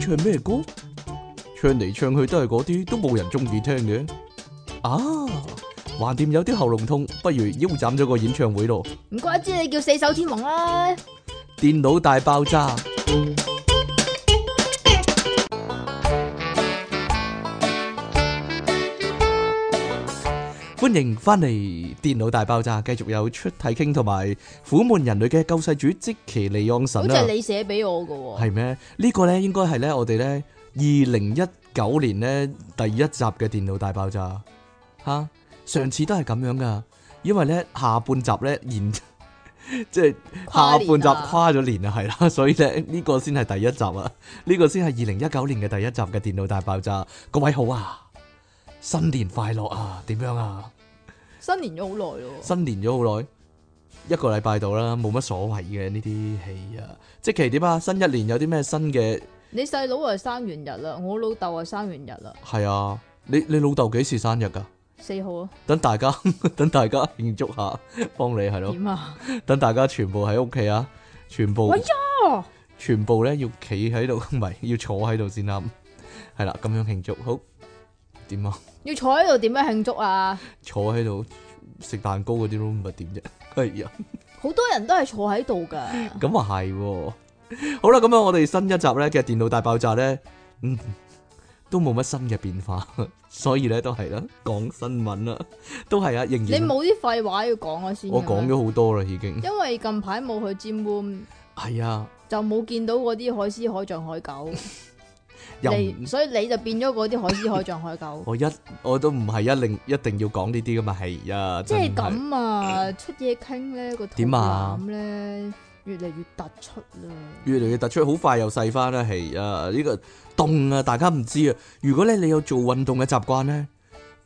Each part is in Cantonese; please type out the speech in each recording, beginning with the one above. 唱咩歌？唱嚟唱去都係嗰啲，都冇人中意聽嘅。啊，橫掂有啲喉嚨痛，不如腰斬咗個演唱會咯。唔怪之你叫四手天王啦。啊電腦大爆炸。歡迎翻嚟《電腦大爆炸》，繼續有出體傾同埋苦悶人類嘅救世主即其利昂好神啊似啦係。你寫俾我噶，係咩？呢個呢應該係呢我哋呢二零一九年呢第一集嘅電腦大爆炸吓，上次都係咁樣噶，因為呢下半集呢延 即係下跨半年啊集跨咗年啊，係啦， 所以呢呢個先係第一集啊，呢個先係二零一九年嘅第一集嘅電腦大爆炸。各位好啊，新年快樂啊，點樣啊？新年咗好耐咯。新年咗好耐，一個禮拜到啦，冇乜所謂嘅呢啲戲啊。即期點啊？新一年有啲咩新嘅？你細佬啊生完日啦，我老豆啊生完日啦，系啊，你你老豆幾時生日噶？四號啊，等大家 等大家慶祝下，幫你係咯。點啊？等大家全部喺屋企啊，全部哎呀，全部咧要企喺度， 唔係要坐喺度先啱。係啦，咁樣慶祝好點啊？要坐喺度點樣慶祝啊？坐喺度食蛋糕嗰啲都唔係點啫。 係啊，好多人都係坐喺度噶，咁啊係喎。好啦，咁樣我哋新一集咧嘅電腦大爆炸咧，嗯，都冇乜新嘅變化， 所以咧都係啦，講新聞啦，都係啊，仍你然。冇啲廢話要講啊先。我講，咗好多啦，已經因為近排冇去尖 room，係啊，就冇見到嗰啲海獅、海象、海狗，又你唔所以你就變咗嗰啲海獅、海象、海狗。我一我都唔係一定一定要講呢啲噶嘛，係啊，即係係咁啊，出嘢傾咧個肚點啊腩咧越嚟越突出啦。越嚟越突出，好快又細翻啦，係啊，呢個凍啊，大家唔知啊。如果咧你有做運動嘅習慣咧，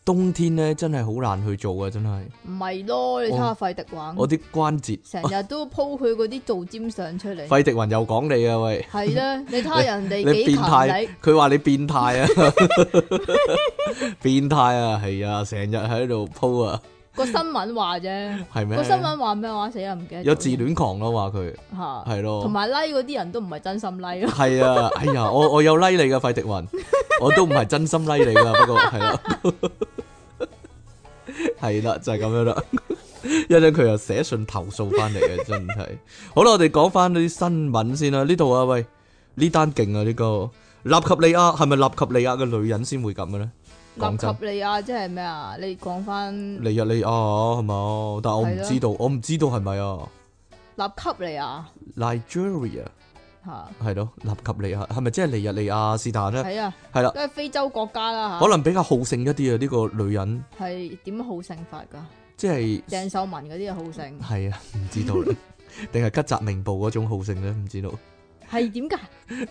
冬天咧真係好難去做啊，真係唔係咯，你睇下費迪玩，我啲關節。成日都 po 佢嗰啲做尖相出嚟。費迪雲又講你啊，喂，係啦，你睇下人哋你幾勤變態力，，佢話你變態啊， 變態啊，係啊，成日喺度 po 啊，個新聞話啫。係咩個？新聞話咩話死啊啦，唔記得咗。有自戀狂咯，話佢嚇，係咯同。埋 like 嗰啲人都唔係真心 like 咯。系啊，哎呀，我我有 like 你噶費迪雲，我都唔係真心 like 你噶，不過係啦，係啦，就係咁樣啦。一陣佢又寫信投訴翻嚟嘅，真係。好啦，我哋講翻啲新聞先啦。呢度啊，喂，呢單勁啊，呢、個納及利亞係咪納及利亞嘅女人先會咁嘅咧？講納真嗯及利亞即係咩啊？你講翻尼日利亞啊係嘛？但我係唔咯知道，我唔知道係咪啊納及利亞？Nigeria 啊嚇，係咯，納及利亞係咪即係尼日利亞是但咧？係啊，係啦。都係非洲國家啦可能比較好勝一啲啊！呢、個女人嚇，係點好勝法㗎？即係鄭秀文嗰啲係好勝，係啊， 唔知道 啦，定係吉澤明步嗰種好勝咧，唔知道， 係點㗎？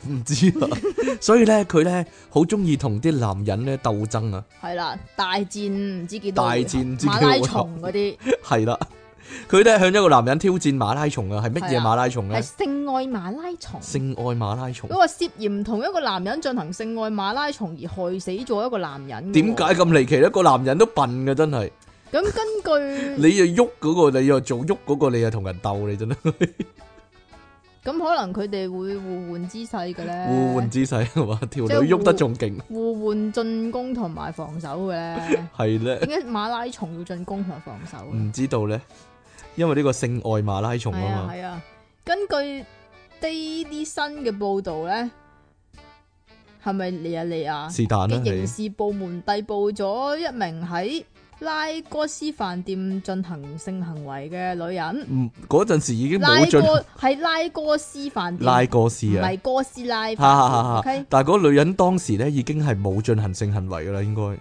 唔知啊。 所以咧，佢咧好中意同啲男人咧鬥爭啊，係啦，大戰唔知幾多大回合戰唔知幾多馬回合拉松嗰啲。 係啦。佢咧向一個男人挑戰馬拉松啊，係乜係嘢啊馬拉松係咧？性愛馬拉松。性愛馬拉松嗰。個涉嫌同一個男人進行性愛馬拉松而害死咗一個男人。點解？咁離奇咧？個男人都笨嘅，真係。咁根據 你又喐嗰個，你又做喐嗰個，你又同人鬥，你真係 咁可能佢哋會互換姿勢嘅咧，互換姿勢啊係嘛？條即係女喐得互仲勁，。互換進攻同埋防守嘅咧 係咧。點解馬拉松要進攻同埋防守嘅？嗯唔知道咧，因為呢個性愛馬拉松係啊啊嘛，係啊，根據 Daily Sun 嘅報導咧，係咪你啊你啊？是但啦嘅刑你，事部門逮捕咗一名喺拉哥斯飯店進行性行為嘅女人。唔嗯嗰陣時已經拉冇進哥係拉哥斯飯店，拉唔過事啊，係哥斯拉飯店。哈哈哈 OK，但係嗰個女人當時咧已經係冇進行性行為噶啦，應該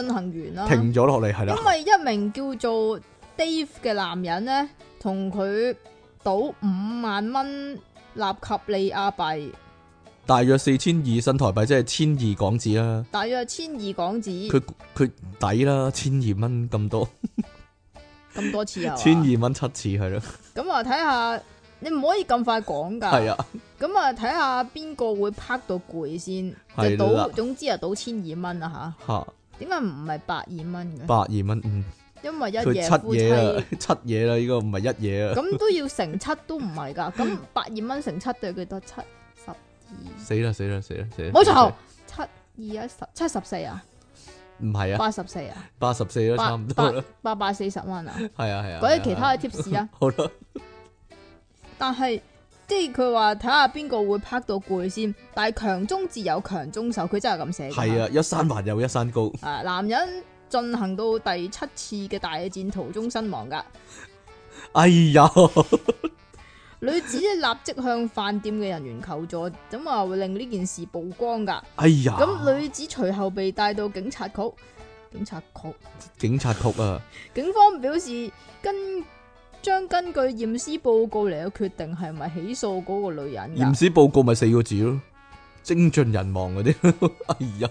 進行完啦。停咗落嚟係啦啊因，為一名叫做 Dave 嘅男人呢，同佢賭五萬蚊納及利亞幣，大約四千二新台幣，即係千二港紙啦，大約千二港紙佢佢抵啦，千二蚊咁多，咁多次啊。千二蚊七次係咯，咁啊，睇下你唔可以咁快講㗎。係啊，咁啊，睇下邊個會拍到攰先，係就啦賭，總之啊賭千二蚊啦吓吓，點解唔係百二蚊嘅？百二蚊，嗯，因為佢一夜七夫妻嘢 啊，七嘢啦，呢 個唔係一嘢啊，咁都要乘七都唔係㗎，咁百二蚊乘七都係幾多？七十二二，死啦死啦死啦死啦！冇錯，七二一十七十四啊，唔係啊，八十四啊，八十四都差八唔多八啦，八百四十蚊啊， 係啊係啊。係嗰啊啲其他嘅 tips 啊， 好啦，但係即係佢話睇下邊個會拍到攰先，但係強中自有強中手，佢真係咁寫㗎嘛係啊，一山還有一山高，啊，男人進行到第七次嘅大戰途中身亡噶，哎呀，女子立即向飯店嘅人員求助，咁啊會令呢件事曝光噶。哎呀，咁女子隨後被帶到警察局，警察局，警察局啊，警方表示根將根據驗屍報告嚟去決定係咪起訴嗰個女人驗㗎。屍報告咪四個字咯，精盡人亡嗰啲， 哎呀，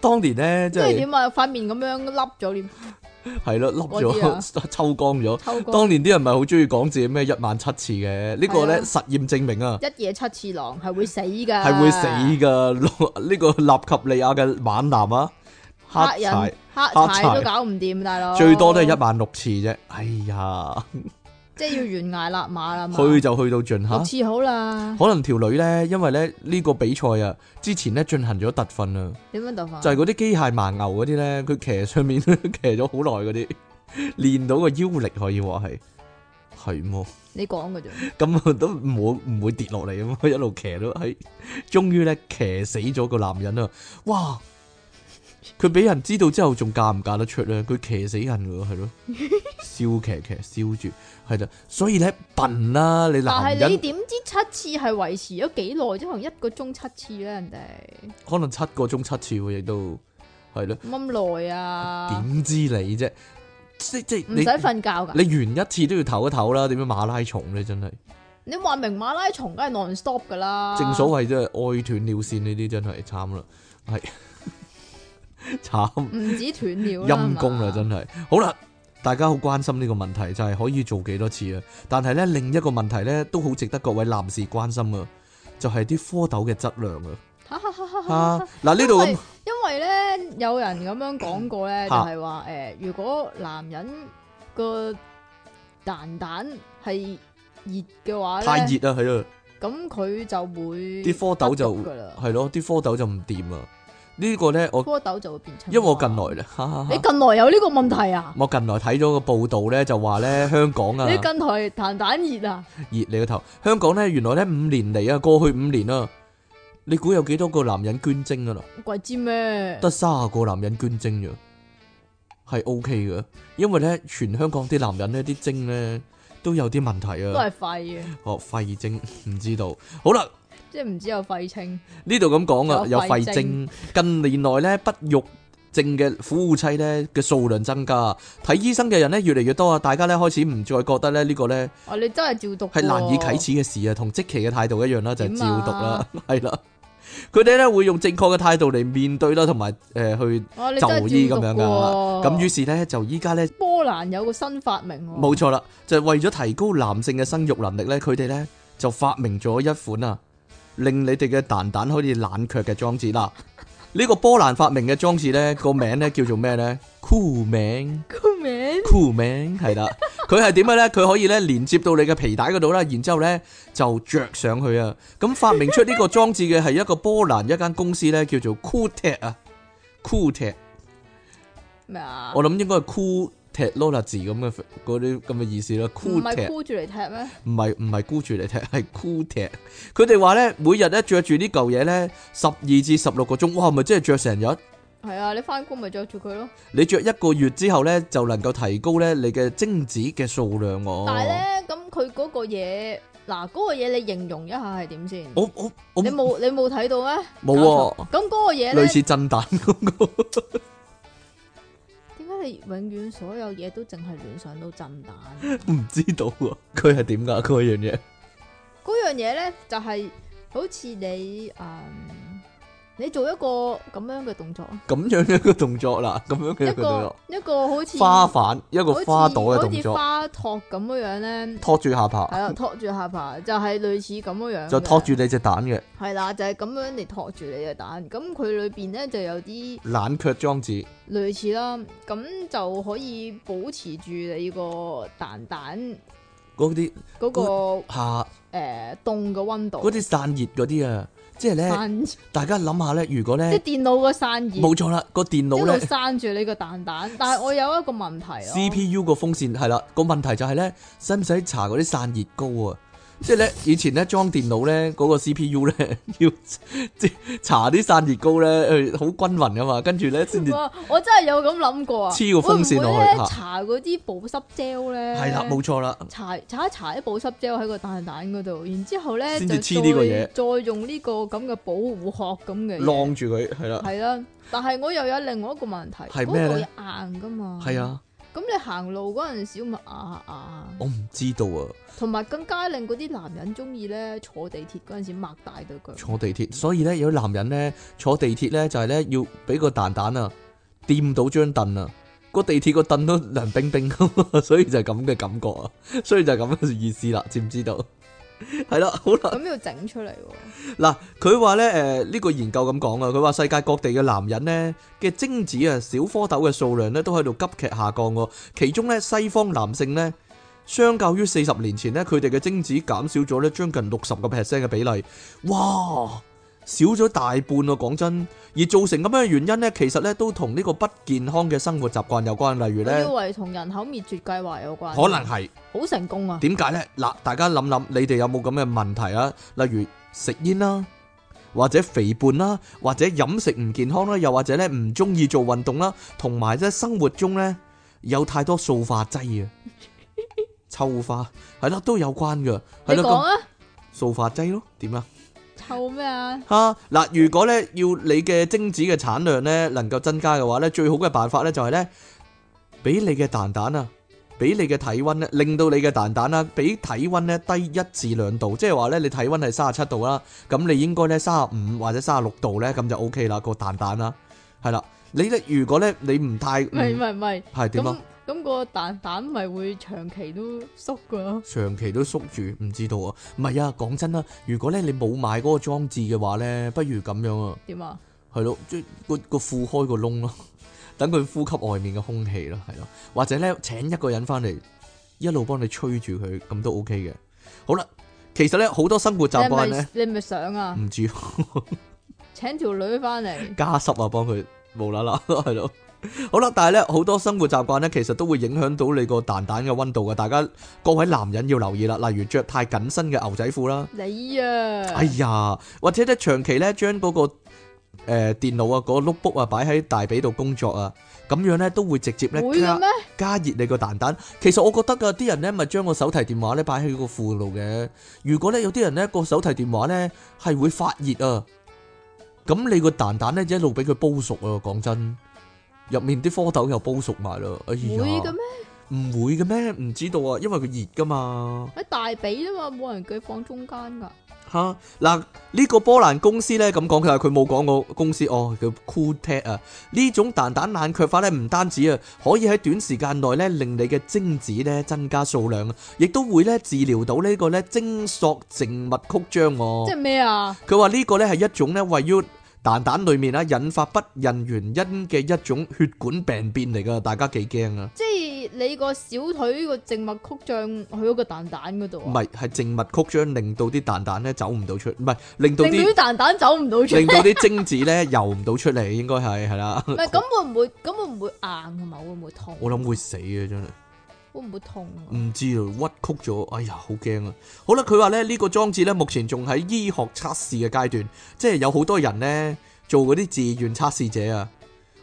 當年咧即真係係點啊？塊面咁樣凹咗臉，係咯，嗰笠啲啊咗， 抽乾咗。抽過當年啲人咪好中意講自己咩一晚七次嘅，呢個係咧啊實驗證明啊。一夜七次郎係會死㗎，係會死噶， 呢個納及利亞嘅猛男啊，黑黑人哦柴黑柴黑柴都搞唔掂，大佬最多都係一萬六次啫。哎呀，即係要懸崖勒馬啦嘛，去就去到盡六吓。次好啦，可能條女呢，因為咧呢個比賽啊，之前呢進行咗特訓啊，點樣度法？就係嗰啲機械盲牛嗰啲呢，佢騎上面 騎咗好耐嗰啲，練到個腰力可以話係係喎，你講嘅啫，咁啊都唔會唔會跌落嚟啊嘛， 一路騎都係，終於呢騎死咗個男人啊！哇！佢俾人知道之後，仲嫁唔嫁得出咧？佢騎死人㗎，係 咯，笑騎騎笑住，係啦。所以咧，笨啦，你但男係你人點知七次係維持咗幾耐啫？可能一個鐘七次咧，人哋可能七個鐘七次喎，亦都係咯。咁耐啊，點知你啫？即即唔你使瞓覺㗎。你完一次都要唞一唞啦。點樣馬拉松咧？真係你話明馬拉松梗係 non stop 㗎啦，正所謂真係愛斷了線呢啲真係慘啦，係 慘唔止斷料啦，陰公啦，真係。好啦，大家好關心呢個問題，就係、可以做幾多次啊？但係呢，另一個問題呢，都好值得各位男士關心啊，就係、啲蝌蚪嘅質量啊。啊係。，嗱呢度咁因為咧，有人咁樣講過咧，就嚇係話誒，如果男人個蛋蛋係熱嘅話太咧，熱啦，係啊，咁佢就會啲蝌蚪就不足㗎啦。係咯，啲蝌蚪就唔掂啊。呢、個呢，我蝌蚪就會變青蛙。因為我近來咧，哈哈哈你近來有呢個問題啊？我近來睇咗個報道呢，就話 呢香港啊你近來彈蛋熱啊？熱你個頭，香港呢，原來呢五年嚟啊，過去五年啊，你估有幾多個男人捐精啊啦？鬼知咩？得卅個男人捐精咋，係 O K 嘅，因為咧全香港啲男人呢啲精咧都有啲問題都啊，係廢嘅，哦肺精唔知道，好啦即係唔知有廢青。呢度咁講啊，有有肺肺精，近年來咧不育。症嘅夫妻咧嘅數量增加，睇醫生嘅人咧越嚟越多啊！大家咧開始唔再覺得咧呢個咧哦，你真係照讀喎。係難以啟齒嘅事啊，同即期嘅態度一樣啦，就係、點照啊讀啦， 係啦、佢哋咧會用正確嘅態度嚟面對啦，同埋誒去哦，你真就醫係咁照樣讀噶。喎。咁於是咧就依家咧波蘭有個新發明喎。冇錯啦，就係為咗提高男性嘅生育能力咧，佢哋咧就發明咗一款啊，令你哋嘅蛋蛋可以冷卻嘅裝置啦。 呢個波蘭發明嘅裝置咧，個名咧叫做咩咧？酷名個名酷名係啦，佢係點嘅咧？佢可以咧連接到你嘅皮帶嗰度啦，然之後咧就着上去啊。咁發明出呢個裝置嘅係一個波蘭一間公司咧，叫做 Cooltech 啊，Cooltech。咩啊？我諗應該係 E cool technology 咁嘅嗰啲咁嘅意思啦唔，cool 係 tech 箍住嚟踢咩？唔係唔係箍住嚟踢， 係 cool tech。佢哋話咧，每日咧着住呢嚿嘢咧，十二至十六個鐘，哇，咪即係着成日。係啊，你翻工咪着住佢咯。你着一個月之後咧，就能夠提高咧你嘅精子嘅數量哦。但係咧，咁佢嗰個嘢，嗱嗰個嘢你形容一下係點先？我我我你冇你冇睇到咩？冇喎搞錯咁嗰個嘢咧類，似震蛋咁個， 點解你永遠所有嘢都淨係聯想到震蛋？唔知道啊，佢係點噶嗰樣嘢？ 嗰樣嘢咧就係、好似你嗯，你做一個咁樣嘅動作，咁樣一個動作啦，咁樣嘅一一個動個作，一個好似花瓣一個花朵嘅動好似好似作，花托咁樣樣咧，托住下係啊巴， 啦，托住下巴，就係、類似咁樣樣嘅，就托住你隻蛋嘅。係啦，就係、咁樣嚟托住你嘅蛋，咁佢裏邊咧就有啲冷卻裝置類似啦，咁就可以保持住你個蛋蛋嗰啲嗰個下誒凍嘅温度嗰，啲散熱嗰啲啊，即係咧，散即大家諗下咧，如果係咧電腦嘅散熱，冇錯啦，個電一腦路咧。散住你個蛋蛋。但係我有一個問題啊咯， CPU 個風扇係啦，個問題就係咧，使唔使搽嗰啲散熱膏啊？即係咧，以前咧裝電腦咧，嗰、個 CPU 咧 要即係搽啲散熱膏咧，去好均勻噶嘛，跟住咧先至哇我真係有咁諗過啊，黐個風扇落去會唔會咧嚇搽嗰啲保濕膠咧，係啦，冇錯啦，搽搽一搽啲保濕膠喺個蛋蛋嗰度，然之後咧先就至黐呢個嘢再再用呢個咁嘅保護殼咁嘅嘢，晾住佢係啦，啊係啊啦。但係我又有另外一個問題，係嗰咩度咧硬噶嘛，係。啊，咁你行路嗰陣時咪啊啊，我唔知道啊，同埋更加令嗰啲男人中意咧坐地鐵嗰陣時擘大對腳，坐地鐵，所以咧有啲男人咧坐地鐵咧就係咧要俾個蛋蛋啊掂到張凳啊，個地鐵個凳都涼冰冰咁，啊 所以就係咁嘅感覺啊，所以就係咁嘅意思啦，知唔知道？係啦，好啦。 咁要整出嚟喎，嗱，佢話咧，誒、呢、個研究咁講啊，佢話世界各地嘅男人呢嘅精子啊、小蝌蚪嘅數量呢都喺度急劇下降喎，其中呢，西方男性呢，相較於四十年前呢，佢哋嘅精子減少咗呢將近六十個 percent 嘅比例，哇，少咗大半啊！講真，而造成咁樣嘅原因呢，其實呢都同呢個不健康嘅生活習慣有關，例如我以呢，為同人口滅絕計劃有關，可能係。好成功啊！點解呢？嗱，大家諗諗，你哋有冇咁嘅問題啊？例如食煙啦，或者肥胖啦，或者飲食唔健康啦，又或者咧唔中意做運動啦，同埋咧生活中呢，有太多塑化劑 啊，臭化係啦，都有關噶，你係啦，講咁啊，塑化劑咯，點啊？臭咩啊？啊嗱，如果咧要你嘅精子嘅產量咧能夠增加嘅話咧，最好嘅辦法咧就係咧，俾你嘅蛋蛋啊，俾你嘅體温咧，令到你嘅蛋蛋啦，俾體温咧低一至兩度，即係話咧你體温係三十七度啦，咁你應該咧三十五或者三十六度咧，咁就 O K 啦個蛋蛋啦，係啦，你咧如果咧你唔太嗯唔係唔係唔係，係點啊咁？咁個蛋蛋咪會長期都縮噶。長期都縮住，唔知道啊，唔係啊，講真啦，如果咧你冇買嗰個裝置嘅話咧，不如咁樣啊。點啊？係咯，即係個個褲開個窿咯， 等佢呼吸外面嘅空氣咯，係咯，或者咧請一個人翻嚟一路幫你吹住佢，咁都 OK 嘅。好啦，其實咧好多生活你習係慣嗯咧咪你係咪想啊？唔知請條女翻嚟，加濕啊，幫佢無啦啦係咯。好啦，但係咧好多生活習慣咧，其實都會影響到你個蛋蛋嘅温度嘅。大家各位男人要留意啦，例如着太緊身嘅牛仔褲啦。你 啊，哎呀，或者咧長期咧將嗰個誒電腦啊，嗰個 notebook 啊擺喺大髀度工作啊，咁樣咧都會直接咧會嘅加咩？加熱你個蛋蛋。其實我覺得噶，啲人咧咪將個手提電話咧擺喺個褲度嘅。如果咧有啲人咧個手提電話咧係會發熱啊，咁你個蛋蛋咧一路俾佢煲熟啊！講真，入面啲蝌蚪又煲熟埋啦。哎呀，會嘅咩？唔會嘅咩？唔知道啊，因為佢熱噶嘛。喺大髀啊嘛，冇人佢放中間噶。吓嗱，呢個波蘭公司呢，咁講，佢話佢冇講過公司哦，叫 Cooltech 啊。呢種蛋蛋冷卻法呢，唔單止啊，可以喺短時間內呢令你嘅精子呢增加數量，亦都會呢治療到呢個呢精索靜脈曲張即係喎。咩啊？佢話呢個呢係一種呢位於蛋蛋裡面啊引發不孕原因嘅一種血管病變嚟㗎，大家幾驚啊！即係你個小腿個靜脈曲張去咗個蛋蛋嗰度唔啊，係係靜脈曲張令到啲蛋蛋呢走唔到出，唔係令到令到啲啲蛋蛋走唔到出。令到啲精子咧游唔到出嚟，應該係係啦。唔係咁會唔會咁會唔會硬啊？嘛會唔會痛？我諗會死嘅真係，會唔會痛啊？唔知啊，屈曲咗，哎呀，好驚啊！好啦，佢話咧呢個裝置咧目前仲喺醫學測試嘅階段，即係有好多人咧做嗰啲自願測試者啊，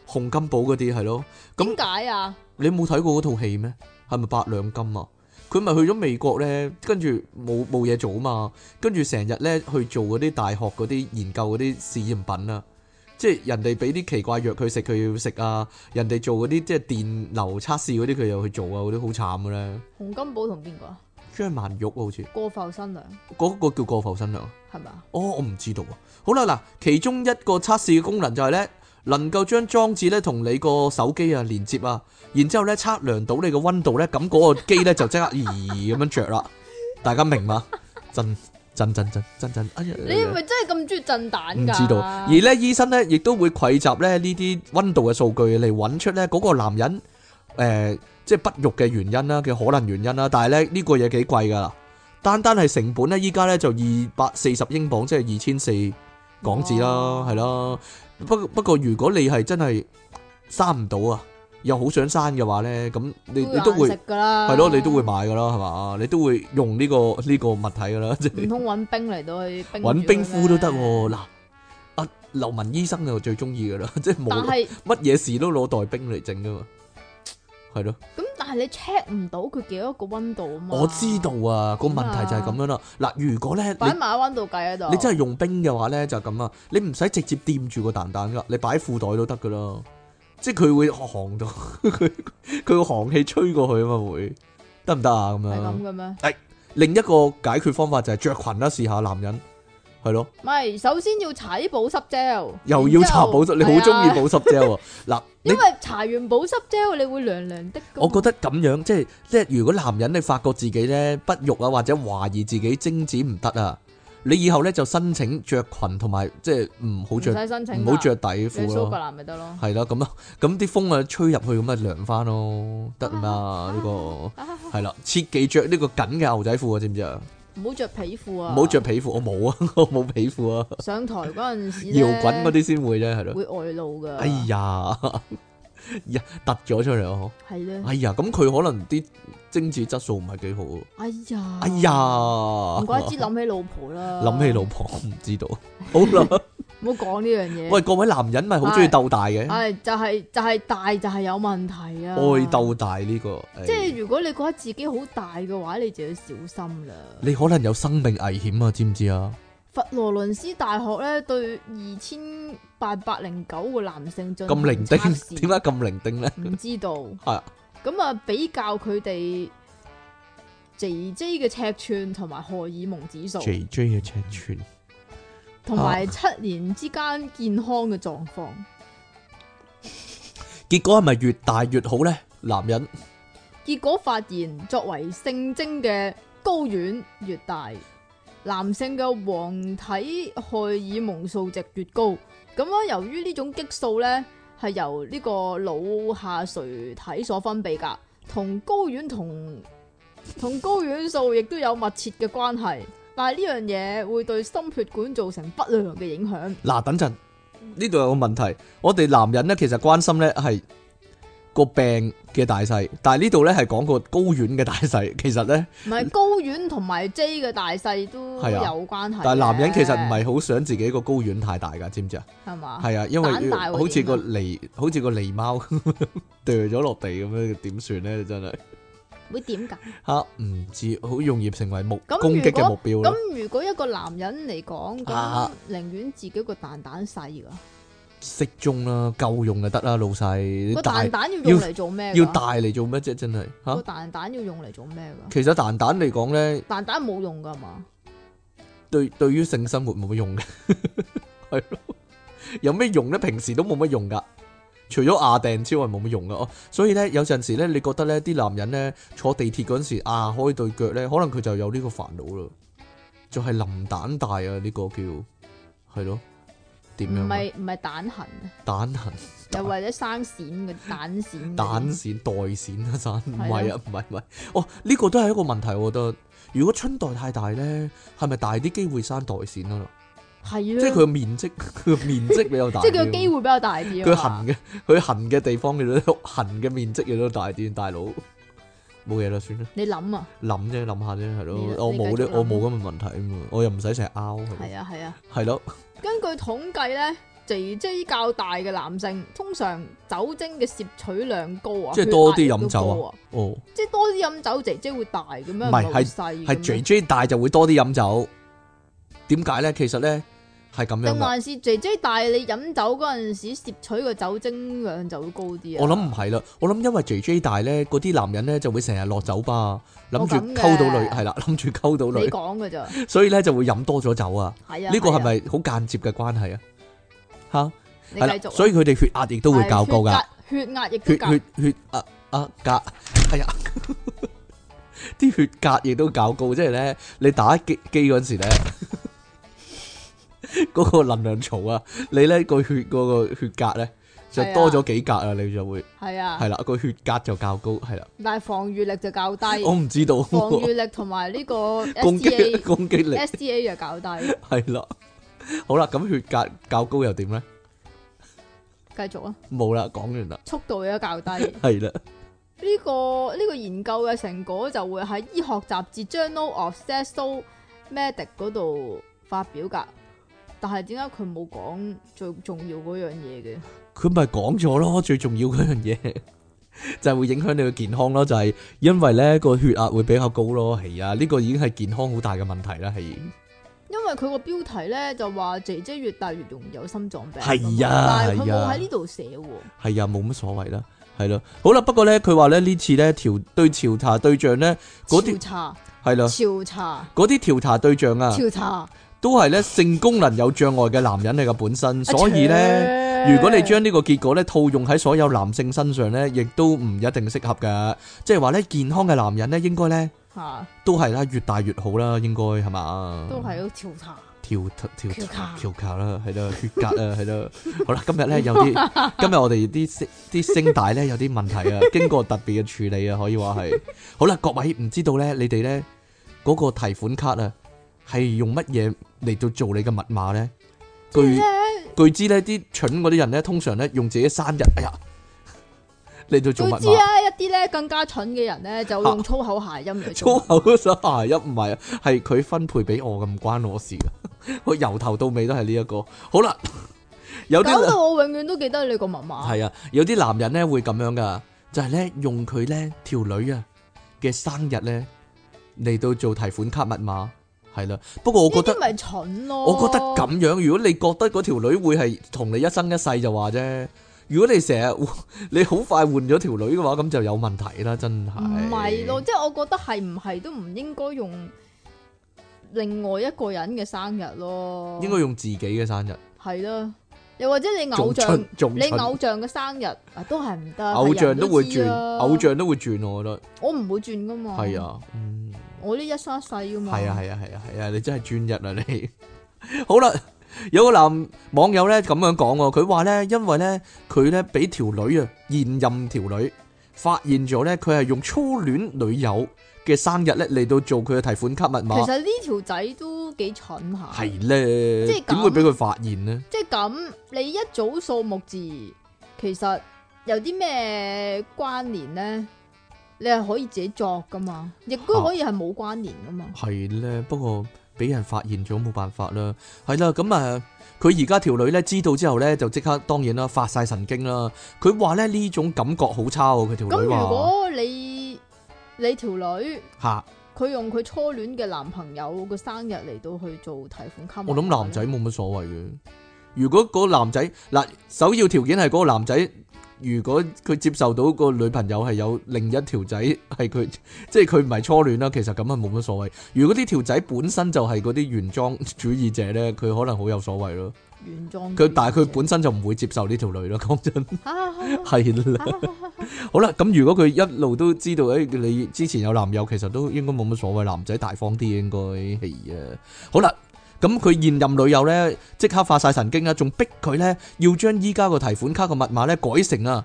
洪金寶嗰啲係咯。咁點解啊？你冇睇過嗰套戲咩？係咪八兩金啊？佢咪去咗美國咧，跟住冇冇嘢做啊嘛，跟住成日咧去做嗰啲大學嗰啲研究嗰啲試驗品啊，即係人哋俾啲奇怪藥佢食，佢要食啊，人哋做嗰啲即係電流測試嗰啲，佢又去做啊，嗰啲好慘嘅咧。洪金寶同邊個啊？張曼玉好似過埠新娘嗰、個叫過埠新娘。係咪啊？哦，我唔知道啊。好啦，嗱，其中一個測試嘅功能就係咧，能夠將裝置咧同你個手機啊連接啊，然之後咧測量到你個温度咧，咁嗰個機咧就即刻咦咁樣着啦。大家明嘛？真真真真真真，哎呀！你係咪真係咁中意震蛋唔㗎？知道，而咧醫生咧亦都會匯集咧呢啲温度嘅數據嚟揾出咧嗰個男人诶即係不育嘅原因啦，嘅可能原因啦。但係咧呢、呢個嘢幾貴㗎啦，單單係成本咧，依家咧就二百四十英鎊，即係二千四港紙啦哦，係啦。不不過如果你係真係生唔到啊，又好想生嘅話咧，咁你你都會食噶啦，係咯，你都會買㗎啦，係嘛？你都會用呢、個呢、個物體㗎啦，即係唔通揾冰嚟到去冰揾住冰佢敷都咩得喎。嗱，阿劉文醫生就最中意噶啦， 即係但冇係乜嘢事都攞袋冰嚟整噶嘛，係咯。咁，但係你 check 唔到佢幾多個温度啊嘛。我知道，啊，個問題就係咁樣啦。嗱，如果咧擺你埋喺温度計喺度。你真係用冰嘅話咧，就咁啊，你唔使直接掂住個蛋蛋噶，你擺褲袋都得噶啦。即係佢會寒到， 佢佢個寒氣吹過去啊嘛，會得唔得啊？咁係咁樣。嘅咩？另一個解決方法就係着裙啦，試下男人係咯。唔係，首先要搽啲保濕 gel，又要然之搽後保濕，你好中意係啊保濕 gel 喎。 嗱，你因為搽完保濕 gel 你會涼涼的㗎嘛。我覺得咁樣即係即係，如果男人你發覺自己咧不育啊，或者懷疑自己精子唔得啊，你以後咧就申請着裙同埋即係唔好唔着使申請㗎，唔好着底你褲蘇格咯。蘭咪得咯。係啦，咁啊，咁啲風啊吹入去咁啊涼翻咯，得嘛呢個啊係啦，切忌着呢個緊嘅牛仔褲啊，知唔知啊？唔好着皮褲唔啊！好着皮褲，我冇啊， 我冇皮褲啊，上台嗰陣時搖滾嗰啲先會啫，係咯。會外露㗎。哎呀， 呀突咗出嚟哦！係咧。哎呀，咁佢可能啲精子質素唔係幾好喎。哎呀，哎呀，唔怪之諗起老婆啦，諗起老婆唔知道。好啦，唔好講呢樣嘢。喂，各位男人咪好中意鬥大嘅，係就係就係大就係有問題啊！愛，鬥大呢個，即哎係如果你覺得自己好大嘅話，你就要小心啦。你可能有生命危險啊，知唔知啊？佛羅倫斯大學咧對二千八百零九個男性進行咁伶仃，測試點解咁伶仃咧？唔知道。係咁啊，比較佢哋 J J 嘅尺寸同埋荷爾蒙指數， J J 嘅尺寸，同埋七年之間健康嘅狀況。結果係咪越大越好咧？男人結果發現，作為性徵嘅睾丸越大，男性嘅黃體荷爾蒙數值越高。咁樣由於呢種激素呢係由呢個腦下垂體所分泌㗎，同睾丸同同睾丸素亦都有密切嘅關係。但係呢樣嘢會對心血管造成不良嘅影響。嗱，等陣呢度有個問題，我哋男人咧其實關心咧係個病嘅大細，但係呢度咧係講個睾丸嘅大細，其實咧。唔係睾丸同埋 J 嘅大細都係啊有關係嘅。但係男人其 à. 實唔係好想自己個睾丸太大㗎，知唔知啊？係嘛？係啊，因為蛋大會好似個點啊狸，好似個狸貓 掉咗落地咁樣，點算咧？真係會點㗎？吓唔知，好容易成為目咁攻擊嘅目標啦。咁如果一個男人嚟講，咁啊寧願自己個蛋蛋細噶，適中啦，夠用就得啦，老細。個大蛋蛋要用嚟做咩㗎？要大嚟做咩啫？真係個吓。蛋蛋要用嚟做咩噶？其實蛋蛋嚟講咧，蛋蛋冇用噶嘛？對對於性生活冇乜用嘅， 係咯，有咩用咧？平時都冇乜用噶，除咗牙掟之外冇乜用噶哦。所以咧，有陣時咧，你覺得咧，啲男人咧坐地鐵嗰陣時啊，開對腳咧，可能佢就有呢個煩惱啦，就係、林蛋大啊！呢、個叫係咯，唔點樣啊？係唔係蛋痕，蛋痕、又或者生閃嘅蛋閃。蛋線、袋線啊，散唔係係啊，唔係唔係。哦，呢、個都係一個問題，我覺得。如果春袋太大咧，係咪大啲機會生袋線啊？係即係佢咯，個面積， 佢個面積比較大即啲。係佢個機會比較大啲佢啊嘛痕嘅，佢痕嘅地方嘅都 痕嘅面積亦都大啲，大佬冇嘢啦，算啦，你諗啊，諗啫，諗下啫，係咯你你，我冇呢繼續，諗我冇咁嘅問題啊嘛，我又唔使成日拗，係啊係啊。係咯，根據統計咧，J J 較大嘅男性，通常酒精嘅攝取量高啊，即係多啲血壓亦都飲酒高啊。哦，即係多啲飲酒姐姐會大咁樣，唔係係係細咁樣 J J 大就會多啲飲酒，點解咧？其實咧係咁樣定噶，還是 J J 大你飲酒嗰陣時攝取個酒精量就會高啲啊？我諗唔係啦，我諗因為 J J 大咧，嗰啲男人咧就會成日落酒吧，諗住哦咁嘅溝到女，係啦，諗住溝到你女，講 嘅咋，係所以咧就會飲多咗酒啊。啊？呢個係啊？咪好間接嘅關係啊？吓，你係繼啦，續啊，所以佢哋血壓亦都會較高係噶，，血壓血壓亦血都較血血壓啊格，哎呀， 啲血壓亦都較高，即係咧，你打機機嗰陣時咧， 嗰個能量槽啊，你咧個血嗰個血壓咧就係啊多咗幾格啊，你就會系啊係，啦，個血壓就較高，係啦。但系防御力就較低， 我唔知道防喎御力同埋呢個 攻擊 SDA 攻擊力 SDA 就較低，係啦。好啦，咁血壓較高又點咧？繼續啊，冇啦，講完啦，速度又較低。呢、係啦，個呢、個研究嘅成果就會喺醫學雜誌《Journal of Sexo Medic》嗰度發表㗎。但係點解佢冇講最重要嗰樣嘢嘅？佢咪講咗咯，最重要嗰樣嘢 就係會影響你嘅健康咯，就係因為咧個血壓會比較高咯，係啊，呢個已經係健康好大嘅問題啦，係。因為佢個標題咧就話姐姐越大越容易有心臟病，係啊但係佢係啊冇喺呢度寫喎。係啊，冇乜所謂啦，係咯。好啦，不過咧，佢話咧呢次咧調對調查對象咧嗰啲調查、係啦，調查、嗰啲調查對象啊，調查，都係咧性功能有障礙嘅男人嚟嘅本身，所以咧。咧如果你將呢個結果咧套用喺所有男性身上咧，亦都唔一定適合噶。即係話咧，健康嘅男人咧，應該咧吓都係啦，越大越好啦，應該係嘛？都係要調查。跳跳橋卡跳卡啦，係啦，血壓啊， 係啦。好啦，今日咧有 啲，今日我哋啲聲啲聲帶咧有啲問題啊，經過特別嘅處理啊，可以話係。好啦，各位唔知道咧，你哋咧嗰個提款卡啊，係用乜嘢嚟到做你嘅密碼咧？據據知咧，啲蠢嗰啲人咧，通常咧用自己生日，哎呀，嚟到做密佢知碼。啊，一啲咧更加蠢嘅人咧就用粗口諧音嚟 粗做。口嗰首下一唔係啊，係佢分配俾我嘅，唔關我事噶。 我由頭到尾都係呢一個。好啦，有啲啊搞到我永遠都記得你個密碼。系啊，有啲男人咧會咁樣噶，就係咧用佢咧條女啊嘅生日咧嚟到做提款卡密碼，係啦。不過我覺呢啲得，咪蠢咯。我覺得咁樣，如果你覺得嗰條女會係同你一生一世就話啫。如果你成日 你好快換咗條女嘅話，咁就有問題啦，真係。唔係咯，，即係我覺得係唔係都唔應該用另外一個人嘅生日咯。應該用自己嘅生日，係啦，又或者你偶仲像蠢。仲你蠢偶像嘅生日啊，都係唔得。偶像係人都會知轉，啊偶，像都會轉，我覺得我唔會轉噶嘛。係，啊，嗯。我呢一生一世噶嘛。系啊系啊系啊系啊！你真係專一啊 你。好啦，有個男網友咧咁樣講喎，佢話咧因為咧佢咧俾條女啊現任條女發現咗咧，佢係用初戀女友嘅生日咧嚟到做佢嘅提款卡密其碼，實呢條仔都幾蠢下。啊係咧，即係咁點會俾佢發現呢？即系咁，你一組數目字其實有啲咩關聯呢？你係可以自己作噶嘛，亦都啊可以係冇關聯噶嘛。係咧，不過俾人發現咗冇辦法啦。係啦，咁啊，佢而家條女咧知道之後咧，就即刻當然啦，發晒神經啦。佢話咧呢種感覺好差喎，佢條咁女如話果你你條女嚇。佢用佢初戀嘅男朋友個生日嚟到去做提款卡密碼我呢，諗男仔冇乜所謂嘅。如果嗰個男仔嗱，首要條件係嗰個男仔，如果佢接受到個女朋友係有另一條仔係佢， 即係佢唔係初戀啦，其實咁係冇乜所謂。如果呢條仔本身就係嗰啲原裝主義者咧，佢可能好有所謂咯。原裝啊佢但係佢本身就唔會接受呢條女咯。講真本係啦，好啦，咁如果佢一路都知道誒、你之前有男友，其實都應該冇乜所謂，男仔大方啲應該係啊。好啦，咁佢現任女友呢，即刻發晒神經啦，仲逼佢呢要將依家個提款卡個密碼呢改成啊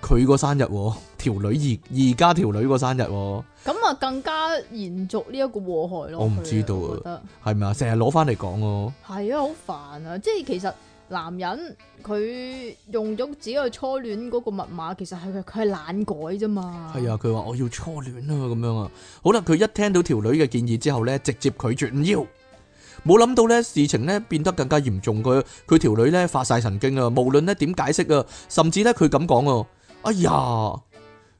佢個生日喎，條女而而家條女個生日喎，咁啊更加延續呢一個禍害咯。我唔知道啊我覺得係咪啊？成日攞翻嚟講喎，係啊，好煩啊！即係其實男人佢用咗自己嘅初戀嗰個密碼，其實係佢佢係懶改啫嘛。係啊，佢話我要初戀啊咁樣啊。好啦，佢一聽到條女嘅建議之後呢，直接拒絕唔要。冇諗到呢事情呢變得更加嚴重，佢佢條女呢發晒神經啊！無論呢點解釋啊，甚至呢佢咁講啊，哎呀，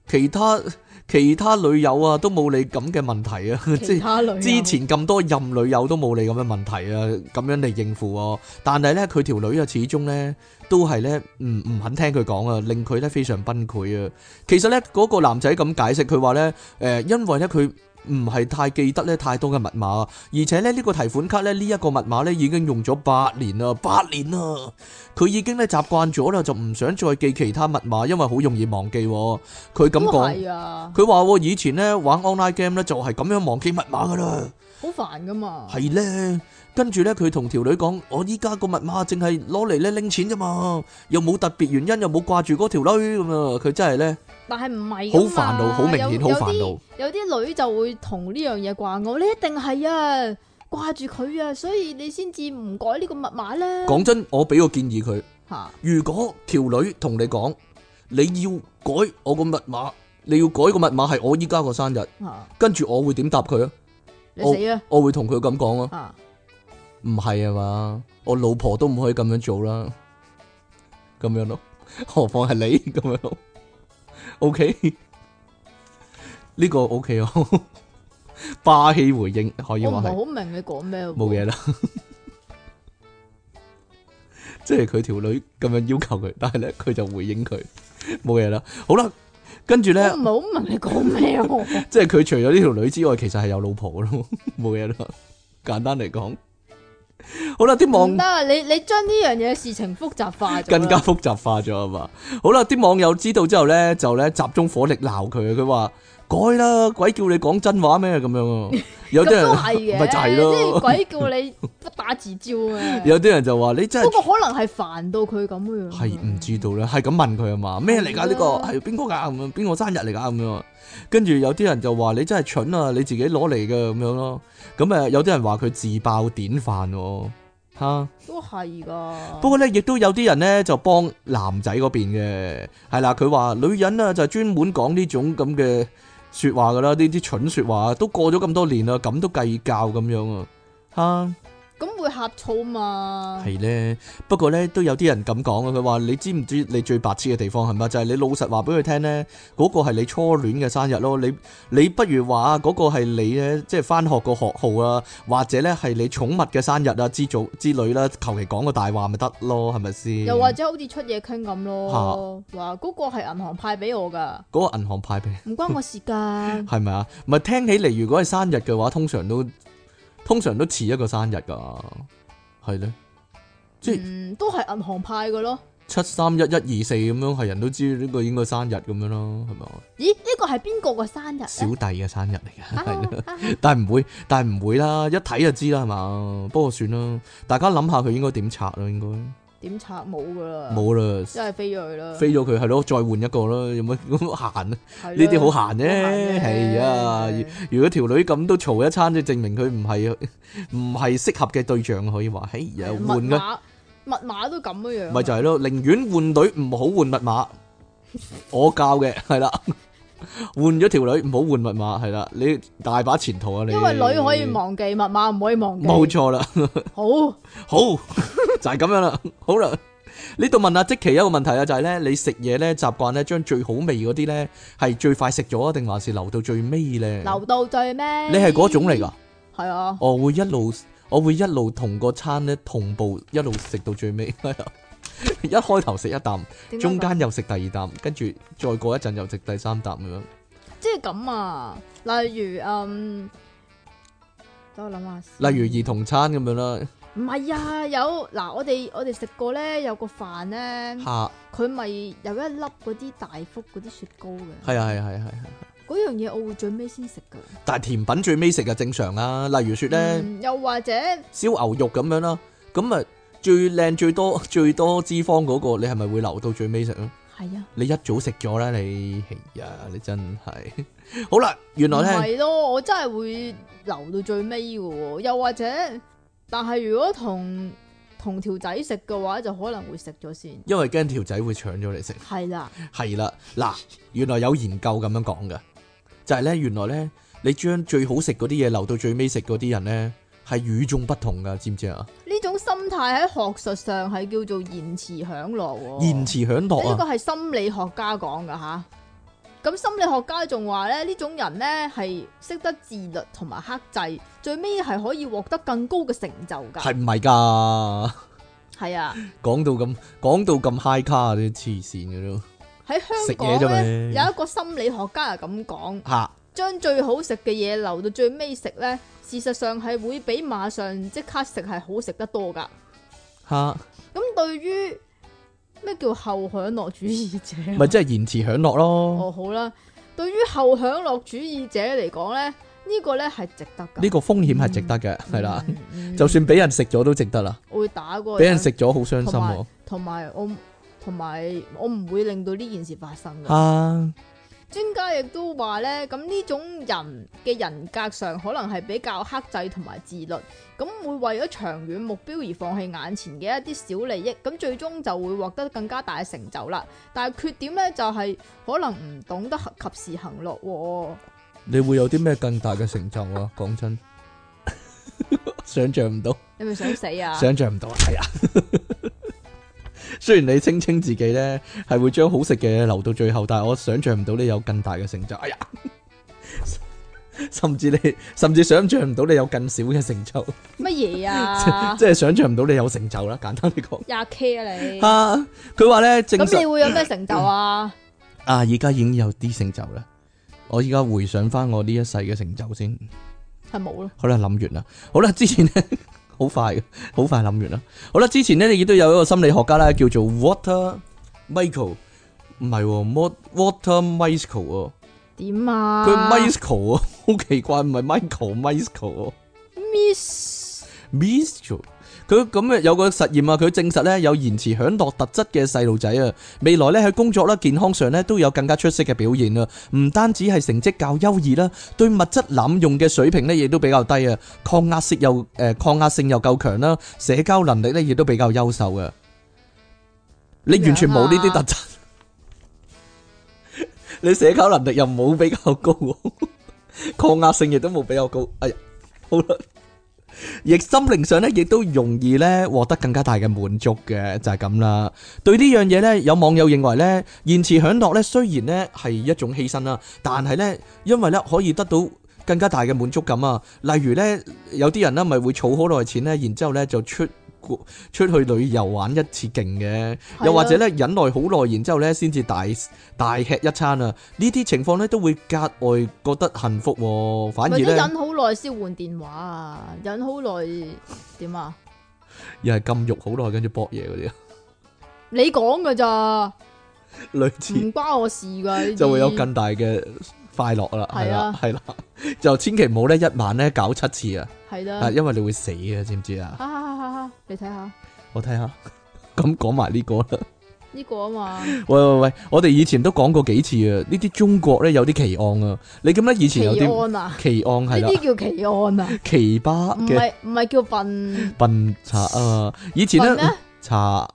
其他其他女友啊都冇你咁嘅問題啊，其即係他女之前咁多任女友都冇你咁嘅問題啊，咁樣嚟應付喎。但係呢，佢條女啊始終呢都係呢唔唔肯聽佢講啊，令佢呢非常崩潰啊。其實呢，嗰、個男仔咁解釋，佢話呢，誒、嗯因為呢，佢。唔係太記得咧太多嘅密碼，而且咧呢個提款卡咧呢一個密碼咧已經用咗八年啦，八年啦，佢已經咧習慣咗啦，就唔想再記其他密碼，因為好容易忘記喎。佢咁都講。哦係啊，佢話喎以前咧玩 online game 咧就係咁樣忘記密碼噶啦，好煩噶嘛。系咧，跟住咧佢同條女講：我依家個密碼淨係攞嚟咧拎錢啫嘛，又冇特別原因，又冇掛住嗰條女咁啊！佢真係咧但係唔係好㗎嘛煩惱，好明啊有顯好有煩啲惱。有啲女就會同呢樣嘢掛鈎，你一定係啊掛住佢啊，所以你先至唔改呢個密碼咧。講真，我俾個建議佢，吓如果條女同你講你要改我個密碼，你要改個密碼係我依家個生日，吓，跟住我會點答佢啊？你死啊我會同佢咁講啊，吓，唔係啊嘛，我老婆都唔可以咁樣做啦，咁樣咯，何況係你咁樣咯，OK，呢個 OK 啊，霸氣回應可以我唔話係係好明你講咩喎。冇嘢啦，即係佢條女咁樣要求佢，但係咧佢就回應佢冇嘢啦，好啦，跟住咧。我唔係好明你講 咩喎。即係佢除咗呢條女之外，其實係有老婆咯，冇嘢啦。簡單嚟講，好啦，啲唔網得啊！你你將呢樣嘢事情複雜化咗啦，啊更加複雜化咗啊嘛。好啦，啲網友知道之後咧，就咧集中火力鬧佢，佢話改啦，鬼叫你講真話咩咁樣啊？ 有啲咁人都係嘅， 咪就係即係咯，鬼叫你不打自招啊！有啲人就話你 真不係過可能係煩到佢咁樣，係唔知道咧，係咁問佢啊嘛，咩嚟㗎呢個係啊係邊個㗎咁樣？邊個生日嚟㗎咁樣？跟住有啲人就話你真係蠢啊，你自己攞嚟嘅咁樣咯。咁誒有啲人話佢自爆典範喎，嚇。都係噶。不過咧，亦都有啲人咧就幫男仔嗰邊嘅，係啦，佢話女人啊就專門講呢種咁嘅说話噶啦，呢啲蠢说話都過咗咁多年啦，咁都計較咁樣啊，咁會呷醋吓嘛？係咧。不過咧都有啲人咁講啊，佢話你知唔知你最白痴嘅地方係乜？就係你老實話俾佢聽咧，嗰、個係你初戀嘅生日咯。你你不如話啊，嗰、個係你咧，即係翻學個學號啊，或者咧係你寵物嘅生日啊之組之類啦，求其講個大話咪得咯，係咪先？又或者好似出嘢傾咁咯，話嗰個係銀行派俾我噶，嗰個銀行派俾你，。唔關我事噶係咪啊？咪聽起嚟，如果係生日嘅話，通常都通常都似一個生日噶，係咧， 即係嗯，都係銀行派嘅咯。七三一一二四咁樣，係人都知呢個應該生日咁樣咯，係咪啊？咦？呢個係邊個嘅生日小咧？弟嘅生日嚟 嘅，啊係啦啊但係唔會，但係唔會啦，一睇就知啦，係嘛？不過算啦，大家諗下佢應該點拆啦，應該點拆冇噶啦？，冇啦，真係飛咗佢啦。飛咗佢係咯，再換一個啦，有乜咁閒啊？係呢啦啲好閒啫閒啫係啊係如果條女咁都嘈一餐，即係證明佢唔係 唔係適合嘅對象，可以話，嘿，又密換嘅，碼密碼都咁樣樣啊，咪就係咯，寧願換女唔好換密 碼，我教嘅係啦，換咗條女唔好換密碼係啦，你大把前途啊你，因為女可以忘記密碼，唔可以忘記。冇錯啦，好好就係咁樣啦，好啦。呢度問阿即奇一個問題啊，就係咧，你食嘢咧習 慣咧將最好味嗰啲咧係最快食咗啊，定還是留到最尾咧？留到最尾。你係嗰種嚟㗎？？係啊，我會一路我會一路同個餐咧同步一路食到最尾， 係啊一開頭食一啖，點解中咁間又食第二啖，跟住再過一陣又食第三啖咁樣。即係咁啊，例如嗯，等我諗下先。例如兒童餐咁樣啦，唔係啊，有嗱，我哋我哋食過咧，有個飯咧，嚇，係啊佢咪有一粒嗰啲大福嗰啲雪糕嘅，係啊係啊係啊，嗰樣嘢我會最尾先食噶。但係甜品最尾食就正常啦。例如説咧，嗯又或者燒牛肉咁樣啦，咁啊最靚最多 最多脂肪嗰個，你係咪會留到最尾食咧？係啊，你一早食咗啦，你係啊，你真係好啦。原唔來咧。係咯，我真係會留到最尾嘅喎。又或者，但係如果同同條仔食嘅話，就可能會食咗先。因為驚條仔會搶咗嚟食，係啦，係啦，嗱，原來有研究咁樣講嘅，就係呢。原來呢，你將最好食嗰啲嘢留到最尾食嗰啲人呢，係與眾不同噶，知唔知啊？呢種心態喺學術上係叫做延遲享樂喎。延遲享樂哦呢個啊，係心理學家講噶吓。咁心理學家仲話咧，呢種人咧係識得自律同埋克制，最尾係可以獲得更高嘅成就噶。係唔係噶？係啊， 講到咁，講到咁 high 卡啊，啲黐線嘅都喺香食嘢啫港嘛咧有一個心理學家係咁講，吓將最好食嘅嘢留到最尾食咧，事實上係會比馬上即刻食係好食得多噶。吓，咁對於咩叫後享樂主義者哦啊？哦咪即係延遲享樂咯，哦，好啦，對於後享樂主義者嚟講呢，呢個咧係值得㗎。呢個風險係值得嘅，係啦，嗯，嗯就算俾人食咗都值得啦，我會打嗰個俾人食咗好傷心同埋喎，同埋我唔同埋我唔會令到呢件事發生嘅。啊，專家亦都話咧，咁呢種人嘅人格上可能係比較克制同埋自律，咁會為咗長遠目標而放棄眼前嘅一啲小利益，咁最終就會獲得更加大嘅成就啦。但係缺點咧就係、可能唔懂得及時行樂喎。你會有啲咩更大嘅成就啊？講真， 想象唔到。你咪想死 啊？想象唔到啊，系啊。雖然你聲稱自己咧係會將好食嘅嘢留到最後，但係我想象唔到你有更大嘅成就。哎呀， 甚至你甚至想象唔到你有更少嘅成就，乜嘢啊？即係想象唔到你有成就啦。簡單啲講， 廿 K 啊你？啊，佢話咧證咁你實會有咩成就啊？啊，而家已經有啲成就啦。我而家回想翻我呢一世嘅成就先。係冇咯。好啦，諗完啦。好啦，之前咧 好快嘅，好快諗完啦。好啦，之前咧亦都有一個心理學家啦，叫做 Water Michael，唔係喎，Mo-，Water Michael 喎，點啊？佢 Michael 啊，好奇怪，唔係 Michael，Michael 啊 miss ，Michael。佢咁嘅有個實驗啊，佢證實咧有延遲享樂特質嘅細路仔啊，未來咧喺工作啦、健康上咧都有更加出色嘅表現啊！唔單止係成績較優異啦，對物質濫用嘅水平咧亦都比較低啊，抗壓性又誒、呃抗壓性又夠強啦，社交能力咧亦都比較優秀嘅。你完全冇呢啲特質， 你社交能力又冇比較高，抗壓性亦都冇比較高。哎呀，好啦。亦心靈上咧，亦都容易咧獲得更加大嘅滿足嘅，就係咁啦。對呢樣嘢咧，有網友認為咧，延遲享樂咧雖然咧係一種犧牲啦，但係咧因為咧可以得到更加大嘅滿足感啊。例如咧，有啲人咧咪會儲好耐錢咧，然之後咧就出國出去旅遊玩一次勁嘅，係啊又或者咯咧忍耐好耐，然之後咧先至大大吃一餐啊。呢啲情況咧都會格外覺得幸福喎，反而或者咧忍好耐先換電話啊，忍好耐點啊？又係禁欲好耐，跟住搏嘢嗰啲啊。 你講噶咋，類似唔關我事噶。就會會有更大嘅快樂啦，係係啦啊，係啦， 就千祈唔好咧一晚咧搞七次啊，係啊，啦。因為你會死嘅，知唔知啊？哈哈哈哈！你睇下我睇下， 咁講埋呢個啦。 呢個啊嘛，喂喂喂，我哋以前都講過幾次啊，呢啲中國咧有啲奇案啊，你記唔記得以前奇有啲案啊，奇案呢係啦，啲叫奇案啊，奇葩唔嘅係唔係叫笨笨賊啊嘛，以前笨咧咩？ 查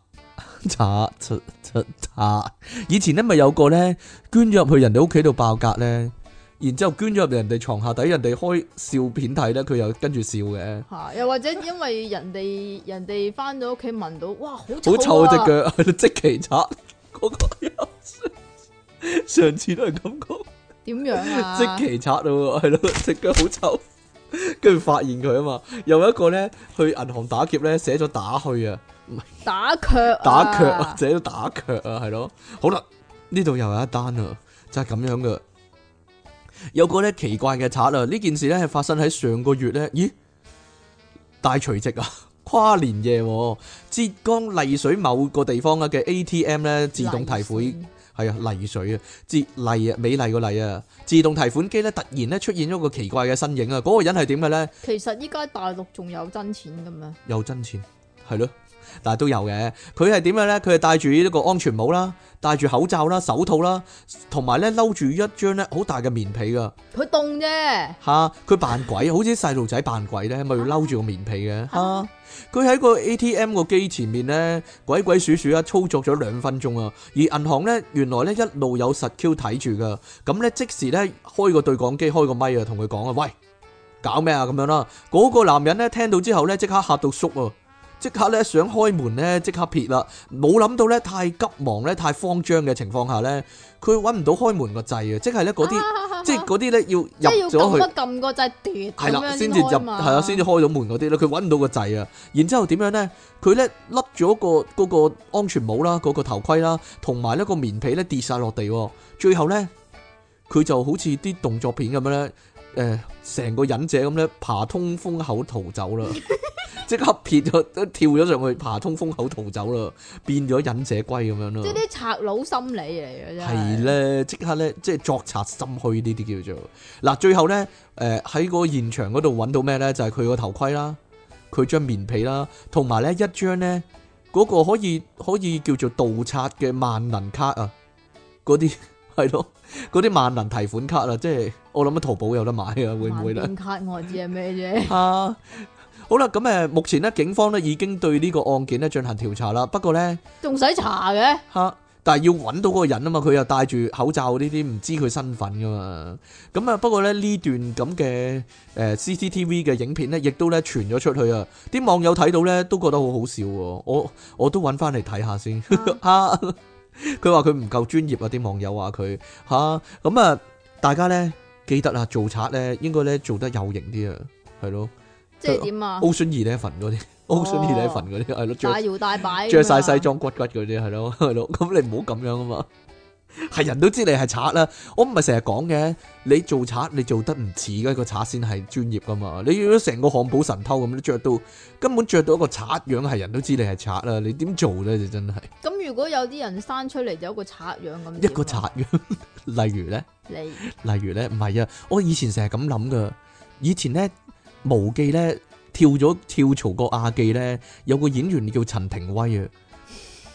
查查查查，以前咧咪有個咧捐咗入去人哋屋企度爆格咧，然之後捐咗入人哋床下底，人哋開笑片睇咧，佢又跟住笑嘅，吓，又或者因為人哋人哋翻到屋企聞到，哇，好好臭啊只腳，喺度 即其擦嗰個上次都係咁講，點樣啊？即其擦咯，係咯，只腳好臭，跟住發現佢啊嘛，有一個咧去銀行打劫咧，寫咗打去啊。打卻打腳啊，啊，者都打腳啊，係咯。好啦，呢度又有一單啊，就係、咁樣嘅。有個咧奇怪嘅賊啊，呢件事咧係發生喺上個月咧，咦？大除夕啊， 跨年夜、喎，浙江麗水某個地方啊嘅 ATM 咧自動提款。係啊，麗水啊，節麗啊，美麗個麗啊，自動提款機咧突然咧出現咗個奇怪嘅身影啊！嗰、個人係點嘅咧？其實依家大陸仲有真錢嘅咩？有真錢，係咯，但係都有嘅。佢係點樣呢？佢係戴住呢個安全帽啦，戴住口罩啦、手套啦，同埋呢嬲住一張呢好大嘅棉被噶佢凍啫，吓。佢扮鬼，好似細路仔扮鬼呢，咪要嬲住個棉被嘅吓。啊佢喺個 ATM 個機前面呢，鬼鬼祟祟啊，操作咗兩分鐘啊。而銀行呢，原來呢一路有實 Q 睇住噶，咁呢，即時呢，開個對講機，開個咪啊，同佢講啊，喂，搞咩啊咁樣啦。嗰、個男人呢，聽到之後呢，即刻嚇到縮啊！即刻咧想開門咧，即刻撇啦！冇諗到咧太急忙咧、太慌張嘅情況下咧，佢揾唔到開門個掣啊！即係咧嗰啲，即係嗰啲咧即要係入要咗撳去一。撳個掣，跌係咁啦，樣先至入，開嘛係啊，先至開到門嗰啲咧，佢揾唔到個掣啊。然之後點樣咧？佢咧笠咗個嗰個安全帽啦，嗰個頭盔啦，同埋呢個棉被咧跌晒落地喎。最後咧，佢就好似啲動作片咁樣咧，誒、成個忍者咁咧爬通風口逃走啦。 即刻撇咗跳咗上去，爬通風口逃走啦，變咗忍者龜咁樣即啦。係啲賊佬心理嚟嘅真係係。咧，即刻咧，即係作賊心虛呢啲叫做嗱。最後咧，誒喺嗰個現場嗰度揾到咩咧？就係佢個頭盔啦，佢張棉被啦，同埋咧一張咧嗰個可以可以叫做盜刷嘅萬能卡啊，嗰啲 係咯，嗰啲萬能提款卡啊，即係我諗喺淘寶有得買啊，會唔會咧？萬變卡我知係咩啫？ 啊，好啦，咁誒，目前咧，警方咧已經對呢個案件咧進行調查啦。不過咧，仲使查 嘅？嚇、但係要揾到嗰個人啊嘛，佢又戴住口罩呢啲，唔知佢身份噶嘛。咁啊，不過咧呢段咁嘅誒 CCTV 嘅影片咧，亦都咧傳咗出去啊。啲網友睇到咧都覺得好好笑喎。我我都揾翻嚟睇下先。嗯 啊，佢話佢唔夠專業啊！啲網友話佢吓咁啊！大家咧記得啊，做賊咧應該咧做得有型啲啊，係咯。即係 點啊？ Ocean Eleven 嗰啲，Ocean Eleven 嗰啲係咯，大着搖大擺咁樣啊，着晒西裝骨骨嗰啲係咯 係咯，咁你唔好咁樣啊嘛，係人都知你係賊啦。我唔係成日講嘅，你做賊你做得唔似嘅個賊先係專業噶嘛。你要成個漢堡神偷咁，你着到根本着到一個賊樣，係人都知你係賊啦。你點做咧？你真係咁如果有啲人生出嚟就有一個賊樣咁，啊一個賊樣， 例如咧。你例如咧，唔係啊，我以前成日咁諗噶。以前咧，無記咧跳咗跳槽過亞記咧，有個演員叫陳庭威啊。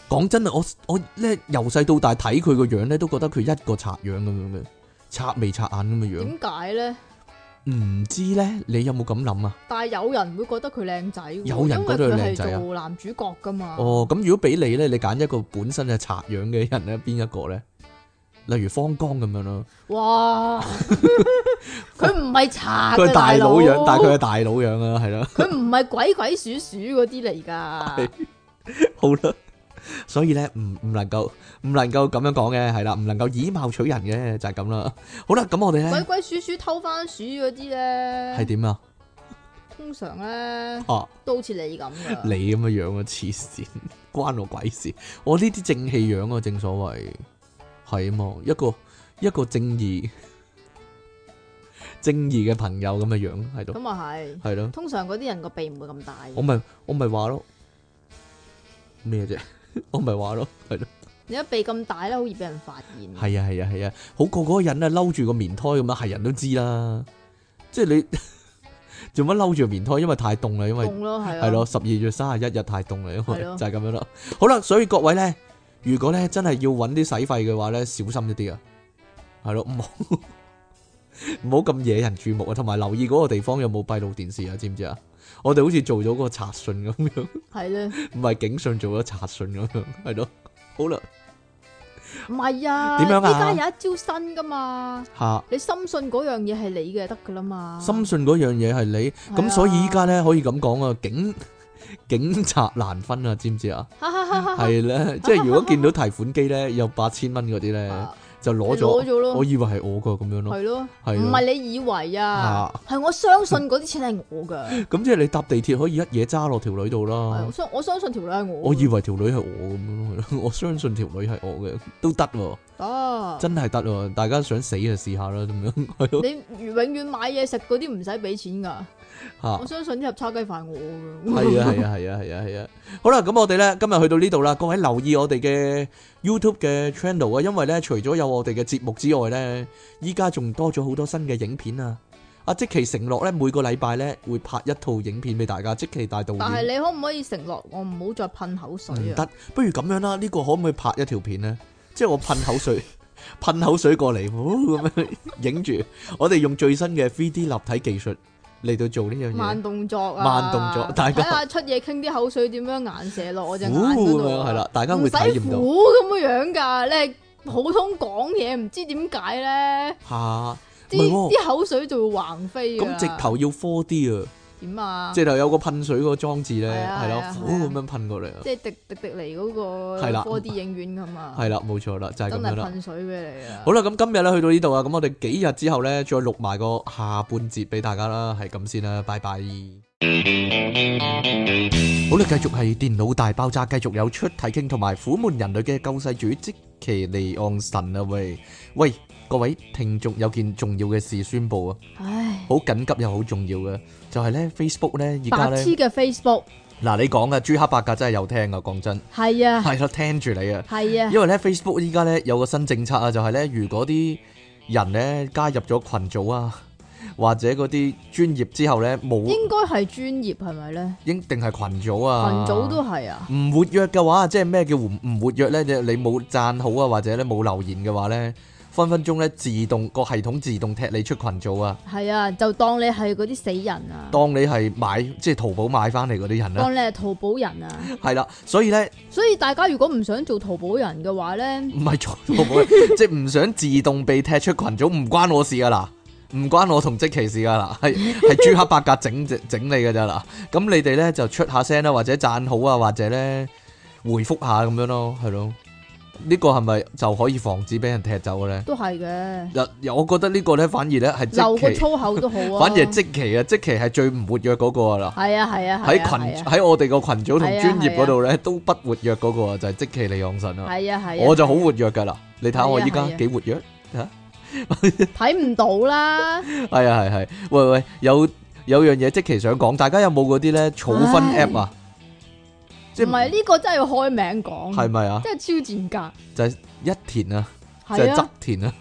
講真啊，我我咧由細到大睇佢個樣咧，都覺得佢一個賊樣咁樣嘅，賊眉賊眼咁嘅點解咧？樣。唔知咧，你有冇咁諗啊？但係有人會覺得佢靚仔喎，有人覺得佢因為靚仔啊係做男主角噶嘛。哦，咁如果俾你咧，你揀一個本身係賊樣嘅人咧，邊一個咧？例如方剛咁樣咯， 哇！佢唔係賊啊佢係嘅大佬樣，但係佢佢係大佬樣啊，係啦。佢唔係鬼鬼祟祟嗰啲嚟㗎。好啦，所以咧唔唔能夠唔能夠咁樣講嘅，係啦，唔能夠以貌取人嘅就係咁啦。好啦，咁我哋鬼咧鬼祟祟偷番薯嗰啲係咧，點啊？通常咧啊，都好似你咁㗎。你咁嘅樣啊，黐線，關我鬼事！我呢啲正氣樣啊，正所謂係啊嘛，一個一個正義正義嘅朋友咁嘅樣喺度，咁啊係，係咯，通常嗰啲人個鼻唔會咁大。我咪我咪話咯咩啫？我咪話咯，係咯。你一鼻咁大咧，好易俾人發現。係啊係啊係啊，好過嗰個人啊，嬲住個棉胎咁啊樣，係人都知啦。即係你 做乜嬲住個棉胎？因為太凍啦，因為凍咯，係啊係咯，十二月三十一日太凍啦，因為係咯就係咁樣啦。好啦，所以各位咧，如果咧真係要揾啲使費嘅話咧，小心一啲啊，係咯，唔好 唔好咁惹人注目啊，同埋留意嗰個地方有冇閉路電視啊，知唔知啊？我哋好似做咗個查詢咁樣，係咧，唔係警訊做咗查詢咁樣，係咯。好啦，唔係啊，點樣啊依家有一招新噶嘛，下。你深信嗰樣嘢係你嘅得噶啦嘛。深信嗰樣嘢係你，咁啊係啊所以依家咧可以咁講啊，警 警察難分啊，知唔知啊？哈哈哈哈，係 咧，即係如果見到提款機咧有八千蚊嗰啲咧，啊就嗯攞攞咗，咗咯我，以為係我個咁樣咯。係咯，係咯唔係你以為啊啊，係我相信嗰啲錢係我噶， 咁即係你搭地鐵可以一嘢揸落條女度係啦我。相我相信條女係我啊我㗎。以為條女係我咁樣咯， 我相信條女係我嘅，都得喎，啊，真係得喎。大家想死就試下啦，咁樣係 咯你永遠買嘢食嗰啲唔使俾錢啊噶，嚇我。相信呢盒叉雞飯我㗎。系啊系啊系啊系啊系啊！好啦，咁我哋咧今日去到呢度啦，各位留意我哋嘅 YouTube 嘅 channel 啊，因為咧除咗有我哋嘅節目之外咧，依家仲多咗好多新嘅影片啊！阿即其承諾咧，每個禮拜咧會拍一套影片俾大家，即其大導但演係你可唔可以承諾我唔好再噴口水唔啊？嗯得，不如咁樣啦，呢、個可唔可以拍一條片咧？即係我噴口水，噴口水過嚟，呼咁樣影住，我哋用最新嘅 3D 立體技術嚟到做呢樣嘢慢。動作啊！慢動作大家睇下出嘢傾啲口水點樣眼射落我隻眼呼嗰哦咁度樣啊。係啦，大家會體驗到唔使。苦咁樣樣㗎，你係普通講嘢，唔知點解咧，吓，唔啲係喎啲口水就會橫飛㗎咁啦直頭要 4D 啊，點啊？直頭有個噴水個裝置咧，係啊係係啊咯，係啊呼咁樣噴過嚟啊，即係迪迪迪尼嗰個係啦 4D 影院咁啊，係啦，冇錯啦，就係咁真係樣啦。噴水俾你啊！好啦，咁今日咧去到呢度啊，咁我哋幾日之後咧再錄埋個下半節俾大家啦，係咁先啦，拜拜。好啦，繼續係電腦大爆炸，繼續有出體傾同埋苦悶人類嘅救世主即其離岸神啊喂喂，各位聽眾有件重要嘅事宣佈啊！唉，好緊急又好重要嘅，就係咧 Facebook 咧而家白咧痴嘅 Facebook 嗱你講嘅朱克伯格真係有聽噶，講真係啊係啦，聽住你啊，係啊因為咧 Facebook 依家咧有個新政策啊，就係咧如果啲人咧加入咗群組啊， 或者嗰啲專業之後咧冇應該係專業係咪咧？應定係群組群啊，組都係啊，唔活躍嘅話，即係咩叫唔唔活躍呢？你你冇讚好啊，或者咧冇留言嘅話呢，分分鐘呢自動個系統自動踢你出群組啊，係啊，就當你係嗰啲死人啊，當你係買即係淘寶買翻嚟嗰啲人啦，當你係淘寶人啊。係啦，所以呢，所以大家如果唔想做淘寶人嘅話咧，唔係做淘寶，即係唔想自動被踢出群組，唔關我事噶啦。唔關我同即其事噶啦，係係朱克伯格整整你噶咋啦。咁你哋呢就出下聲啦，或者讚好啊，或者呢回覆下咁樣咯，係咯。呢個係咪就可以防止俾人踢走嘅呢？都係嘅，嗱，又我覺得呢個咧，反而咧係留即個期，粗口都好 啊。反而係即期啊，即期係最唔活躍嗰個啦。係啊係啊喺係啊群喺我哋個群組同係啊專業嗰度咧，都不活躍嗰個啊，就係即期利昂神啊。係啊係啊，我就好活躍噶啦，你睇下我依係家啊係啊幾活躍嚇？睇唔到啦。係啊係係，喂喂，有有樣嘢即期想講，大家有冇嗰啲咧草分唉 app 啊？即唔係呢個真係要開名講，係咪啊？真係超賤格。就係一田啊，就係係側啊，田啊，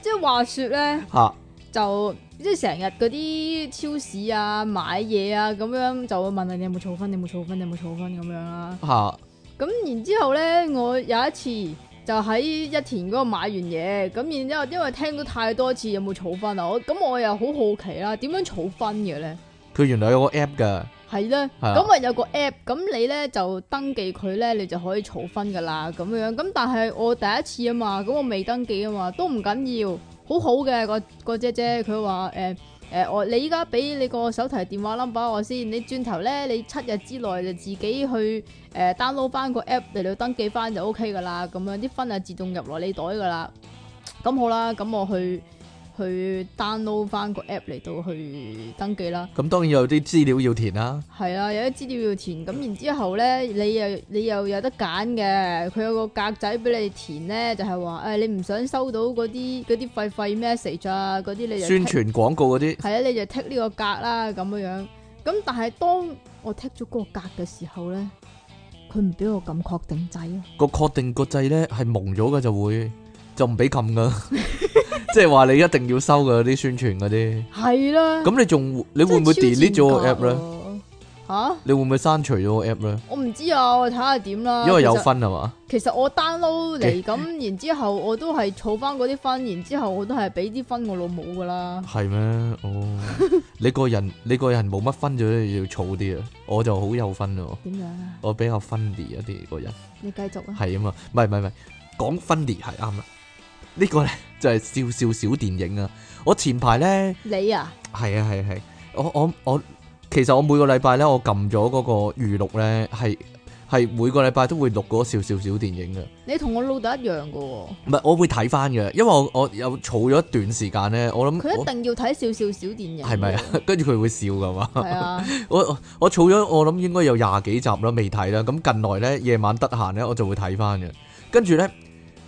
即係話説咧，嚇就即係成日嗰啲超市啊買嘢啊咁樣，就會問你你有冇儲分，你有冇儲分，你有冇儲分咁樣啦。嚇咁然之後咧，我有一次就喺一田嗰度買完嘢，咁然之後因為聽到太多次有冇儲分啊，我咁我又好好奇啦，點樣儲分嘅咧？佢原來有個 app 㗎，係咧，係啊咁啊有個 app，咁你咧就登記佢咧，你就可以儲分噶啦，咁樣。咁但係我第一次啊嘛，咁我未登記啊嘛，都唔緊要，好好嘅個個姐姐，佢話誒誒，我你依家俾你個手提電話 number 我先，你轉頭咧你七日之內就自己去誒 download 翻個 app 嚟到登記翻就 OK 噶啦，咁樣啲分啊自動入落你袋噶啦。咁好啦，咁我去去 download 翻個 app 嚟到去登記啦。咁當然有啲資料要填啦，係啊，有啲資料要填，咁然之後咧，你又你又有得揀嘅，佢有個格仔俾你填咧，就係話誒你唔想收到嗰啲嗰啲廢廢 message 啊，嗰啲你就宣 tick- 傳廣告嗰啲。係啊，你就剔呢個格啦咁樣樣。咁但係當我剔咗嗰個格嘅時候咧，佢唔俾我撳確定掣啊咯，個確定個掣咧係蒙咗嘅就會就唔俾撳噶， 即係話你一定要收嘅啲宣傳嗰啲。係啦。咁你仲你會唔會 delete 咗個 app 咧？咧？吓，你會唔會刪除咗個 app 咧？啊我唔知啊，我睇下點啦。因為有其實分係嘛？其實我 download 嚟咁，然之後我都係儲翻嗰啲分，然之後我都係俾啲分我老母噶啦。係咩？ 哦，你個人你個人冇乜分咗，你要儲啲啊！我就好有分咯，點樣啊？我比較分裂一啲個人你繼續啊！係啊嘛，唔係唔係唔係講分裂係啱啦。呢個咧就係少少小電影啊！我前排咧。你啊，係啊係啊係，我我我其實我每個禮拜咧，我撳咗嗰個預錄咧，係係每個禮拜都會錄嗰少少少電影嘅，你同我老豆一樣噶喎，唔係我會睇翻嘅，因為我我有儲咗一段時間咧，我諗佢一嗯我定要睇少少小電影。係咪啊？？ 跟住佢會笑噶嘛？係啊，我我我儲咗我諗應該有廿幾集啦，未睇啦。咁近來咧夜晚得閒咧，我就會睇翻嘅。跟住咧，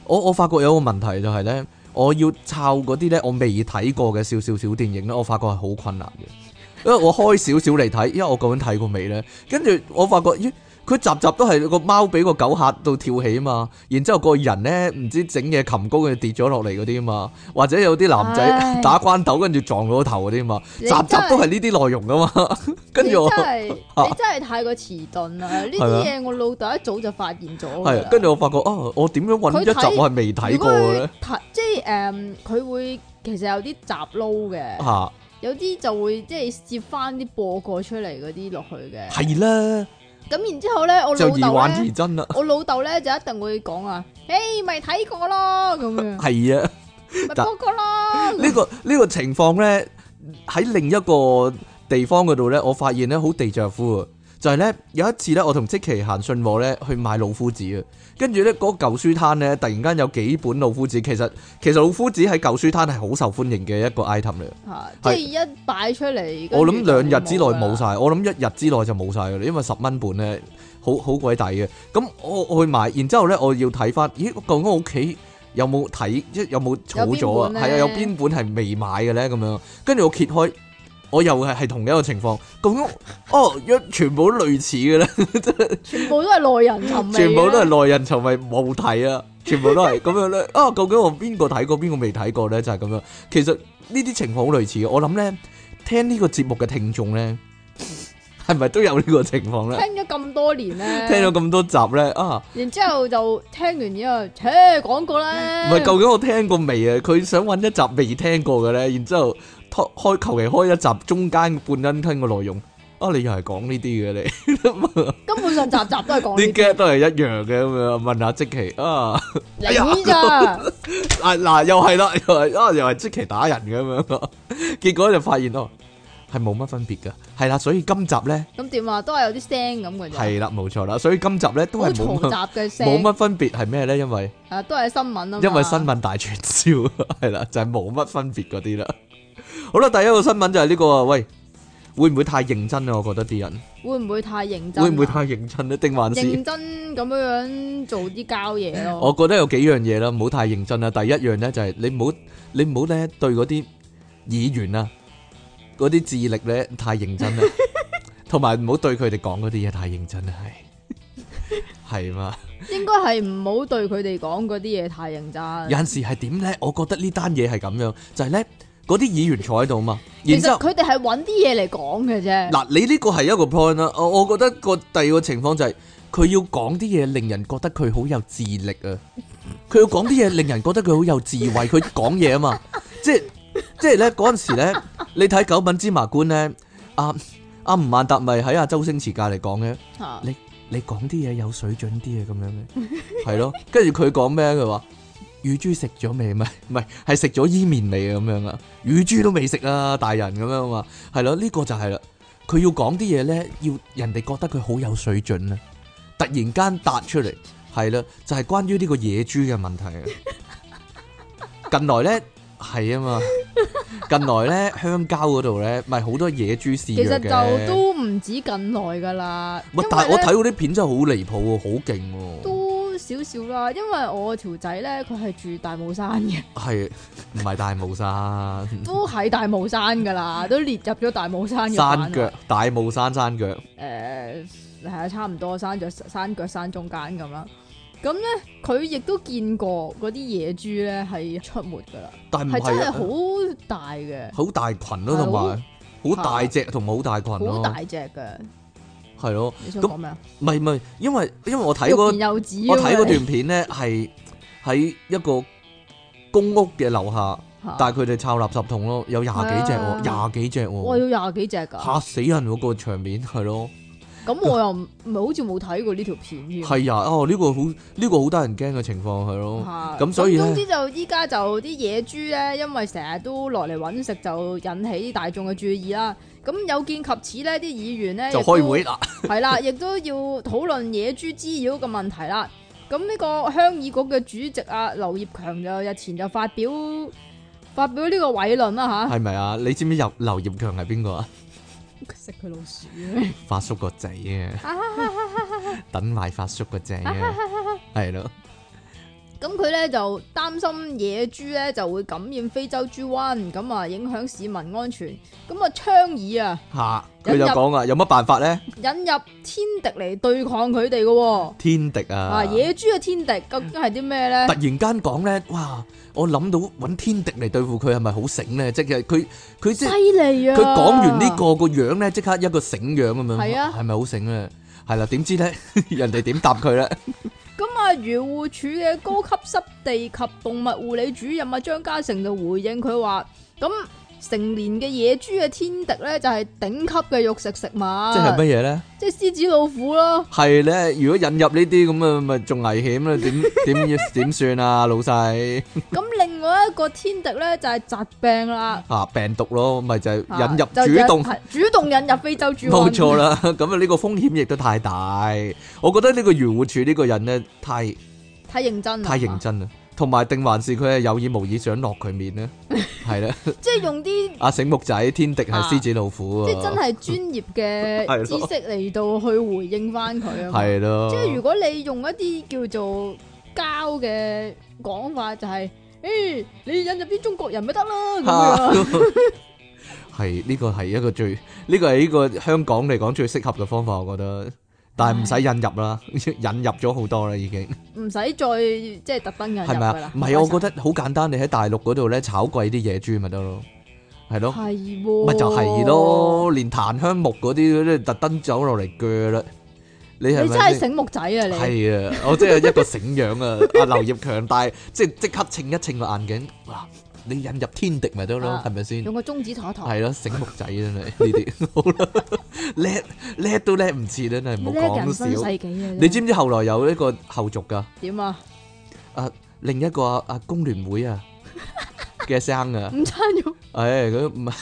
我我發覺有個問題就係咧，我要抄嗰啲咧我未睇過嘅少少小電影咧，我發覺係好困難嘅，因為我開少少嚟睇，因為我究竟睇過未咧。跟住我發覺咦。佢集集都係個貓俾個狗嚇到跳起啊嘛，然之後個人咧唔知整嘢擒高佢跌咗落嚟嗰啲啊嘛，或者有啲男唉仔打關鬥跟住撞到個頭嗰啲啊嘛，集你集真係都係呢啲內容啊嘛， 跟你真住我。啊係啊你真係太過遲鈍啦！呢啲嘢我老豆一早就發現咗㗎啦。系，跟住我發覺啊，我點樣揾一佢睇集我係未睇如過果嘅佢咧？睇即係誒，佢會其實有啲雜撈嘅，吓，有啲就會即係接翻啲播過出嚟嗰啲落去嘅。係啦，咁然之後咧，我老就豆疑幻咧疑。真啦，我老豆咧就一定會講啊，誒咪睇過咯 咁樣，係啊，咪但播過咯。呢個呢個情況咧喺另一個地方嗰度咧，我發現咧好地丈夫啊！就係咧有一次咧，我同即奇行信和咧去買老夫子啊，跟住咧嗰舊書攤咧，突然間有幾本老夫子，其實其實老夫子喺舊書攤係好受歡迎嘅一個 item 嚟嘅。嚇，即係一擺出嚟，我諗兩日之內冇晒。晒，我諗一日之內就冇晒噶啦，因為十蚊本咧，好好鬼抵嘅。咁我我去買，然之後咧我要睇翻，咦，究竟我屋企有冇睇，即係有冇儲咗啊係有邊？本呢啊，有邊本係未買嘅咧？咁樣，跟住我揭開，我又係係同一個情況，咁樣哦，一全部都類似嘅咧，全部都係耐人尋味，全部都係耐啊人尋味，冇睇啊，全部 都係咁樣咧。啊，究竟我邊個睇過，邊個未睇過咧？就係咁樣。其實呢啲情況好類似嘅，我諗咧，聽呢個節目嘅聽眾咧，係咪都有呢個情況咧？聽咗咁多年咧，聽咗咁多集咧，啊！然之後就聽完之後，切講過啦，唔係究竟我聽過未啊？佢想揾一集未聽過嘅咧，然之後開開求其開一集中間半恩吞嘅內容。啊！你又係講呢啲嘅你，根本上集集都係講啲呢 get 都係一樣嘅咁樣。問下即奇啊，啲你咋？嗱嗱又係啦，又係啊，又係即奇打人嘅咁樣。 結果就發現哦，係冇乜分別㗎。係啦，所以今集咧咁點啊？都係有啲聲咁嘅啫，係啦，冇錯啦，所以今集咧都好係冇嘈乜雜嘅聲，冇乜分別係咩咧？因為啊，都係新聞啊嘛，因為新聞大傳銷 係啦，就係冇乜分別嗰啲啦。好啦，第一個新聞就係呢、個啊，喂，會唔會太認真啊？我覺得啲人會唔會太認真啊？會唔會太認真咧？定還是認真咁樣樣做啲交嘢咯？我覺得有幾樣嘢啦，唔好太認真啦。第一樣咧就係你唔好你唔好咧對嗰啲議員啊，嗰啲智力咧太認真 啦，同埋唔好對佢哋講嗰啲嘢太認真啦，係 係嘛？應該係唔好對佢哋講嗰啲嘢太認真。有陣時係點咧？我覺得呢單嘢係咁樣，就係咧嗰啲議員坐喺度嘛，然其之實後。佢哋係揾啲嘢嚟講嘅啫。嗱，你呢個係一個 point 啦。我我覺得個第二個情況就係、佢要講啲嘢令人覺得佢好有智力啊。佢要講啲嘢令人覺得佢好有智慧，佢講嘢啊嘛。 即係即係咧嗰陣時咧，你睇《九品芝麻官》咧，阿阿吳孟達咪喺阿周星馳隔離講嘅。嚇你講啲嘢有水準啲啊，咁樣嘅， 係咯。跟住佢講咩？佢話乳豬食咗未？唔係唔係，係食咗伊麵未啊？咁樣啊，乳豬都未食啊，大人咁樣啊嘛，係咯。呢、個就係啦，佢要講啲嘢咧，要人哋覺得佢好有水準啊，突然間答出嚟，係啦，就係、關於呢個野豬嘅問 題啊。近來咧係啊嘛，近來咧鄉郊嗰度咧，咪好多野豬肆虐其嘅。實就都唔止近來噶啦。喂因但係為我呢睇嗰啲片真係好離譜喎，好勁喎。都少少啦，因為我條仔咧，佢係住大帽山嘅，係唔係大帽山？都喺大帽山噶啦，都列入咗大帽山嗯嘅範山圍腳大帽山山腳誒係啊，差唔多山腳山腳山中間咁啦。咁咧，佢亦都見過嗰啲野豬咧係出沒噶啦，但係唔係真係係啊好大嘅，好大群咯，係同埋好大隻同埋好大群好咯，大隻嘅。係咯，你想咁講咩啊？唔係唔係，因為因為我睇欲嗰言又啊止我咁睇樣嗰段片咧係喺一個公屋嘅樓下，嚇但係佢哋抄垃圾桶咯，有廿幾隻喎，係啊廿幾隻哇喎，要廿幾隻㗎，嚇死人嗰個場面係咯。咁我又唔唔係好似冇睇過呢條片添。係啊，哦呢個好呢個好得人驚嘅情況係咯，嚇咁所以呢總之就依家就啲野豬咧，因為成日都落嚟揾食，就引起大眾嘅注意啦。咁有見及此呢啲議員咧就開會啦，係啦， 亦都要討論野豬滋擾嘅問題啦。咁呢個鄉議局嘅主席啊，劉業強就日前就發表發表呢個偉論啦 吓，係咪啊？你知唔知劉劉業強係邊個啊？ 食佢老鼠啊！發叔個仔啊，等埋發叔個仔 啊，係咯，咁佢咧就擔心野豬咧就會感染非洲豬瘟，咁啊影響市民安全。咁啊倡議啊吓引佢入就講啊，有乜辦法咧？引入天敵嚟對抗佢哋嘅喎。天敵啊啊！，野豬嘅天敵究竟係啲咩咧突？然間講咧，哇！我諗到揾天敵嚟對付佢係咪好醒咧？即係佢佢即犀係利啊！佢講完呢個個樣咧，即刻一個醒樣咁樣，係啊係咪好醒咧？係啦，點知咧 人哋點答佢 咧？咁啊，漁護署嘅高級濕地及動物護理主任啊張家成就回應佢話：，咁成年嘅野豬嘅天敵咧就係頂級嘅肉食食物，即係乜嘢咧？即係獅子老虎咯。係咧，如果引入呢啲咁啊，咪仲危險啦？點點要點算啊，老細咁另外一個天敵咧就係疾病啦，啊，病毒咯，咪就啊係引入就主動係主動引入非洲豬瘟。冇錯，啦， 咁啊呢個風險亦都太大，我覺得呢個漁護署呢個人咧太太認真啦，太認，真啦，同埋定還是佢係有意無意想落佢 面咧，係啦，即 係用啲阿醒目仔天敵係獅子老虎即係真啊，係專業 係嘅咯知識嚟到去回應翻佢啊嘛。係咯即，係如果你用一啲叫做膠嘅 講法，就係、誒、你引入啲中國人咪得啦咁嚇樣，係呢個係一個最呢個係呢個香港嚟講最適合嘅方法，我覺得。但係唔使引入啦， 引入咗好多啦已經，唔使再即係特登引入係咪㗎啦啊？。唔係啊，我覺得好簡單，你喺大陸嗰度咧炒貴啲野豬咪得咯，係咯，係喎，咪就係。咯，連檀香木嗰啲咧特登走落嚟鋸啦，你你係真咪係先？醒目仔啊！你系啊，我真係一個醒樣 啊！阿劉業強，但係即係即刻稱一稱個眼鏡，哇！你引入天敵咪得咯啊，係咪先？用個中指托一托，係咯，醒目仔真係呢啲， 好啦，叻叻都叻唔切真係，你唔叻人好生世講笑。紀啊！你知唔知後來有一個後續噶？點啊？另一個啊，啊工聯會 啊嘅生啊，午餐 肉唉，佢唔係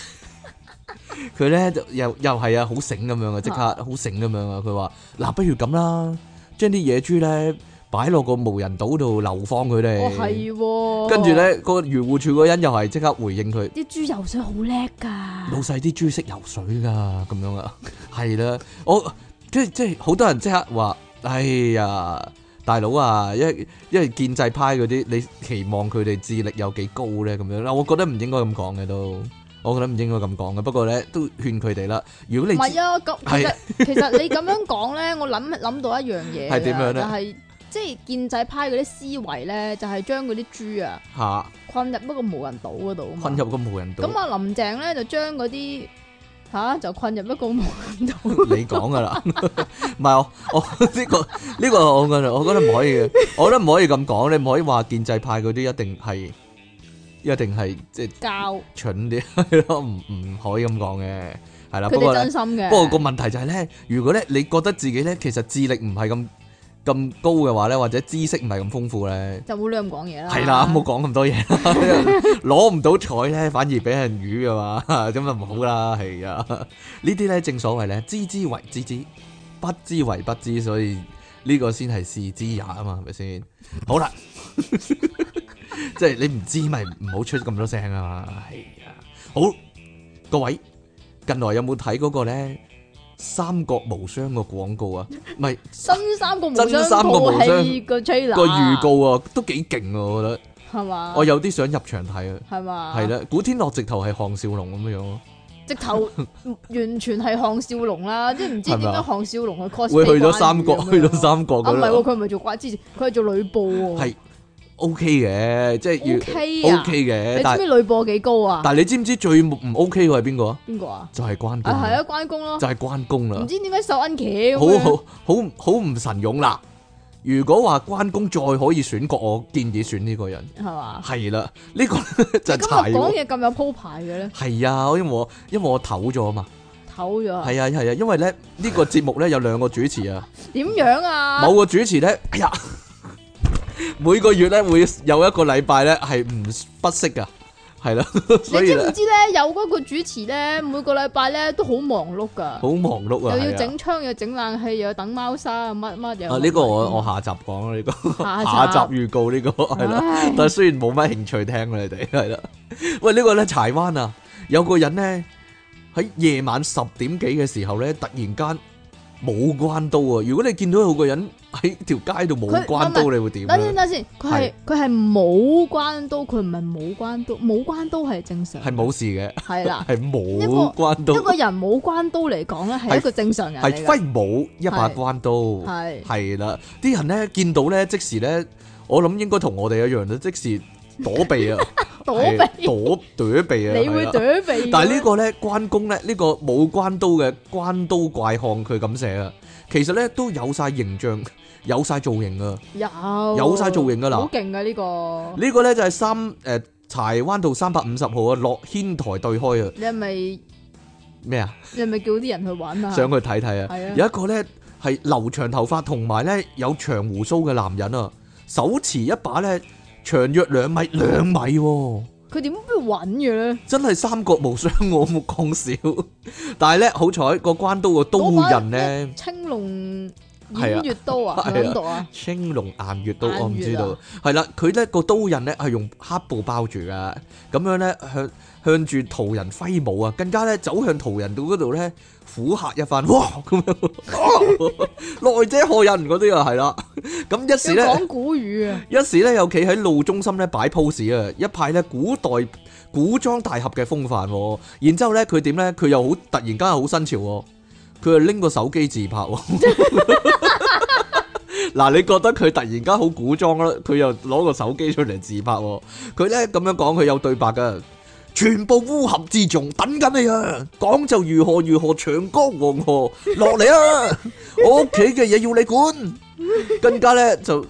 佢咧就又又係啊，好醒咁樣啊，即刻啊好醒咁樣啊！佢話嗱，不如咁啦，將啲野豬咧擺落個無人島度流放佢哋。哦係喎，跟住咧，個漁護署嗰人又係即刻回應佢。啲豬游水好叻㗎，老細啲豬識游水㗎，咁樣啊， 係啦，我即即係好多人即刻話，哎呀，大佬啊，因為因為建制派嗰啲，你期望佢哋智力有幾高咧？咁樣嗱，我覺得唔應該咁講嘅都，我覺得唔應該咁講嘅。不過咧，都勸佢哋啦，如果唔你係啊，咁其係實其實你咁樣講咧，我諗諗到一樣嘢㗎， 係點樣呢就係即係建制派嗰啲思維咧，就係將嗰啲豬啊嚇困入一個無人島嗰度啊嘛困。入個無人島咁，啊，林鄭咧就將嗰啲吓就困入一個無人島。你講㗎啦， 唔係我我呢個呢個我覺得我覺得唔可以嘅，我覺得唔可以咁講，你唔可以話建制派嗰啲一定係一定係即係。教蠢啲 係咯，唔唔可以咁講嘅，係啦。佢啊不哋過真咧，心嘅。不過個問題就係咧，如果咧你覺得自己咧其實智力唔係咁咁高嘅話咧，或者知識唔係咁豐富咧，就冇亂咁講嘢啦。係啦，唔好講咁多嘢啦， 攞唔到彩咧，反而俾人魚嘅嘛， 咁啊唔好啦，係啊。呢啲咧正所謂咧，知之為知之，不知為不知，所以呢個先係是知也啊嘛，係咪先？好啦， 即係你唔知咪唔好出咁多聲啊嘛，係啊。好，各位近來有冇睇嗰個咧《三國無雙》個廣告啊？唔係真三個無真雙三個無套雙係個 trailer 個預告啊，都幾勁啊！我覺得，係嘛？我有啲想入場睇啊。係嘛？係，啦，古天樂直頭係項少龍咁樣樣咯，直 頭完全係項少龍啦，即係唔知係點咪啊解項少龍去 cos 會去咗三國，去到啊三國唔嗰係喎，度。佢唔係做寡之前，佢係做呂布喎。係 O K 嘅，即係要 OK 啊 OK 嘅你，知但唔知呂布幾高啊？但係你知唔知最唔 O K 嘅係邊個啊？邊個啊？就係關公啊係啦，啊，關公咯就，係關公唔啦，知點解受恩茄咁啊好樣好好好唔神勇啦。如果話關公再可以選角，我建議選呢個人係嘛？係啦，呢個就係今日柴講喎。嘢咁有鋪排嘅咧，係啊，因為我因為我唞咗啊嘛，唞咗啊？係啊係啊，因為咧呢個節目咧有兩個主持啊。點樣啊？某個主持咧，哎呀， 每個月咧會有一個禮拜咧係唔不息噶，係啦，你所以啊知唔咧知咧？有嗰個主持咧，每個禮拜咧都好忙碌噶，好忙碌啊，又要係啊整窗，又要整冷氣，又要等貓砂啊，乜乜又啊呢個我我下集講啦，呢個 下下集預告呢個係啦， 啦但係雖然冇乜興趣聽啦，你哋係啦，喂呢個咧柴灣啊，有個人咧喺夜晚十點幾嘅時候咧，突然間冇關刀啊！如果你見到有個人喺條街度冇佢關刀，唔你會點等先咧？等先，佢係佢係冇關刀，佢唔係冇關刀，冇關刀係正常，係冇事嘅，係 啦。係一個冇關刀一。個人冇關刀嚟講咧，係一個正常人係嚟嘅，揮舞一把係關刀，係係啦，啲人咧見到咧即時咧，我諗應該同我哋一樣啦，即時躲避啊， 躲係避，躲躲避啊，你係會啦躲避嘅。但係呢個咧關公咧呢個冇關刀嘅關刀怪漢佢咁寫啊，其實咧都有晒形象， 有晒造型啊，有有晒造型㗎啦好勁㗎呢個。呢個咧就係三誒柴灣道三百五十號啊，樂軒台對開啊，你係咪你咩啊？係咪叫啲人去玩啊？上去睇睇啊係啊！有一個咧係留長頭髮同埋咧有長胡鬚嘅男人啊，手持一把咧長約兩米兩米喎、佢點會揾嘅咧？真係三國無雙，我冇講笑。但係咧好彩個關刀個刀人咧，青龍係啊偃月刀啊，係啊係咁讀 啊，青龍偃月刀，我唔偃知月啊道。係啦，佢咧個刀人咧係用黑布包住噶，咁樣咧向向住途人揮舞啊，更加咧走向途人到嗰度咧 苦嚇一番，哇咁樣，啊來者何人嗰啲啊，係啦。咁一時要咧。講 古語啊，一時咧又企喺路中心咧擺 pose 啊，一派咧古代古裝大俠嘅風範喎。然之後咧佢點咧？佢又好突然間好新潮喎，佢就拎個手機自拍喎。 嗱，你覺得佢突然間好古裝啦，佢又攞個手機出嚟自拍喎。佢咧咁樣講，佢有對白噶。全部烏合之眾等緊你啊！講就如何如何長江黃河落嚟啊！我屋企嘅嘢要你管，更加咧就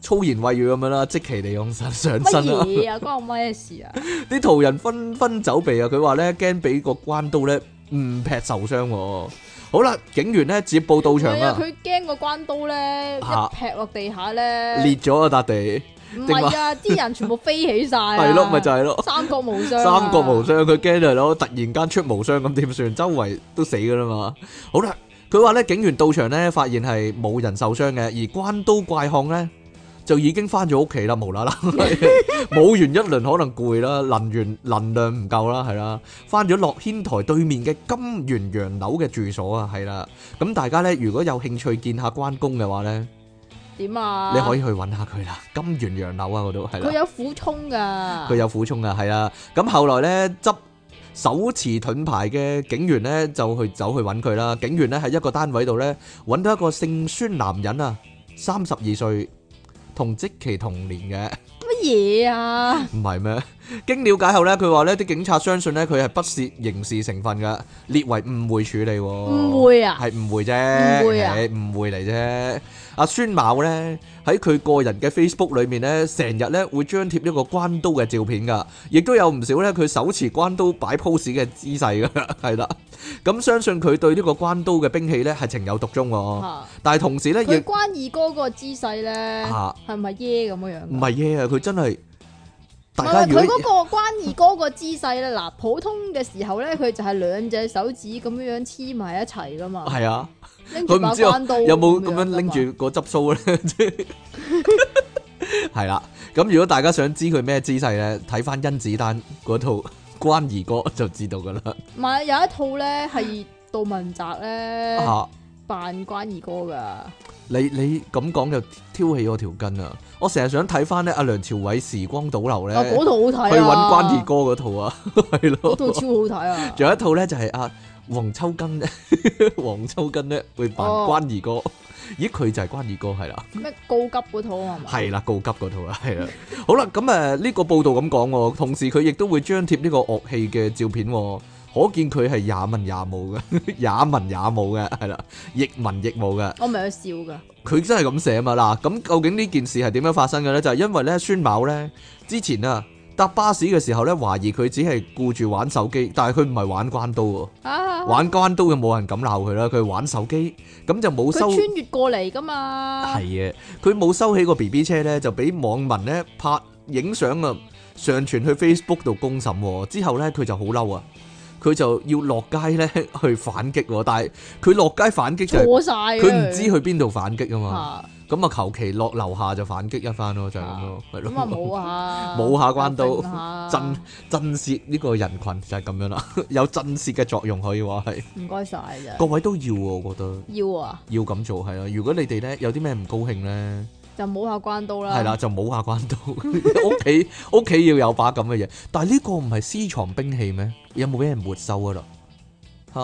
粗言穢語咁樣啦，即其利用神上乜身啦。嘢啊，關我咩事啊？啲途人紛紛走避啊！佢話咧驚俾個關刀咧唔劈受傷喎。好啦，警員咧接報到唔場係啊，啦，佢驚個關刀咧嚇一劈落地下咧，裂咗啊笪地，唔係啊，啲人全部飛起晒啊，係咯，咪就係咯。三國無雙啊，三國無雙，佢驚就係咯，突然間出無雙咁點算？周圍都死噶啦嘛。好啦，佢話咧警員到場咧，發現係冇人受傷嘅，而關刀怪漢 咧就已經翻咗屋企啦，無啦啦，冇完一輪可能攰啦，能源能量唔夠啦，係啦，翻咗落軒台對面嘅金源洋樓嘅住所啊，係啦。咁大家咧如果有興趣見下關公嘅話咧，點啊？你可以去揾下佢啦，金源洋樓啊嗰度係啦佢。有苦衷噶，佢有苦衷啊，係啊。咁後來咧執手持盾牌嘅警員咧就去走去揾佢啦。警員咧喺一個單位度咧揾到一個姓孫男人啊，三十二歲，同即其同年嘅。 乜嘢啊？唔係咩？經了解後咧，佢話呢啲警察相信咧佢係不涉刑事成分嘅，列為誤會處理喎。誤會啊？係誤會啫，誤會啊係誤會嚟啫。阿孫某咧喺佢個人嘅 Facebook 裏面咧，成日咧會張貼一個關刀嘅照片噶，亦都有唔少咧佢手持關刀擺 pose 嘅姿勢噶， 係啦。咁相信佢對呢個關刀嘅兵器咧係情有獨鍾喎，嚇但係啊同時咧亦佢關二哥嗰個姿勢咧，嚇係咪耶咁樣樣㗎？唔係嘢啊，佢真係唔大係家佢如嗰果個關二哥個姿勢咧，嗱普通嘅時候咧，佢就係兩隻手指咁樣樣黐埋一齊噶嘛，係啊。拎住佢把唔知我關刀有冇咁樣樣拎住個執須咧？即係係啦，咁如果大家想知佢咩姿勢咧，睇翻甄子丹嗰套《關二哥》就知道噶啦。㗎嘛。唔係有一套咧係杜汶澤咧啊，扮關二哥噶，你你咁講就挑起我條筋啊！我成日想睇翻咧阿梁朝偉《時光倒流》咧，啊嗰套好睇啊，去揾關二哥嗰套啊， 係嗰咯。 套超好睇啊，仲有一套咧就係阿黃秋根， 黃秋根咧會扮哦關二哥，咦佢就係關二哥係啦。咩告急嗰套啊嘛，係啦，告急嗰套啦， 係啦。好啦，咁誒呢個報道咁講喎，同時佢亦都會張貼呢個樂器嘅照片喎，可見佢係也文也武嘅， 也文也武嘅，係啦，亦文亦武嘅。我咪有笑噶，佢真係咁寫嘛嗱，咁究竟呢件事係點樣發生嘅呢？就係、因為呢，孫某呢之前啊搭巴士嘅時候呢，懷疑佢只係顧住玩手機，但係佢唔係玩關刀喎，啊玩關刀就冇人敢鬧佢啦，佢係玩手機，咁就冇佢收。穿越過嚟噶嘛，係啊，佢冇收起個 B B 車咧，就俾網民咧拍影相啊，上傳去 Facebook 度公審喎。之後咧，佢就好嬲啊，佢就要落街咧 去反擊喎。但係佢落街反擊就係錯晒啊佢唔知去邊度反擊啊嘛。啊咁啊，求其落樓下就反擊一番咯，就係咁咯，係咁咯。啊冇啊， 冇下關刀定下震震慑呢個人群就係咁樣啦， 有震慑嘅作用可以話係，唔該晒咋，各位都要喎我覺得要啊。要咁做係啦。如果你哋咧有啲咩唔高興咧。就冇下關刀啦。係啦，，就冇下關刀。 屋企屋企要有把咁嘅嘢，但係呢個唔係私藏兵器咩？有冇俾人沒收啊？啦吓，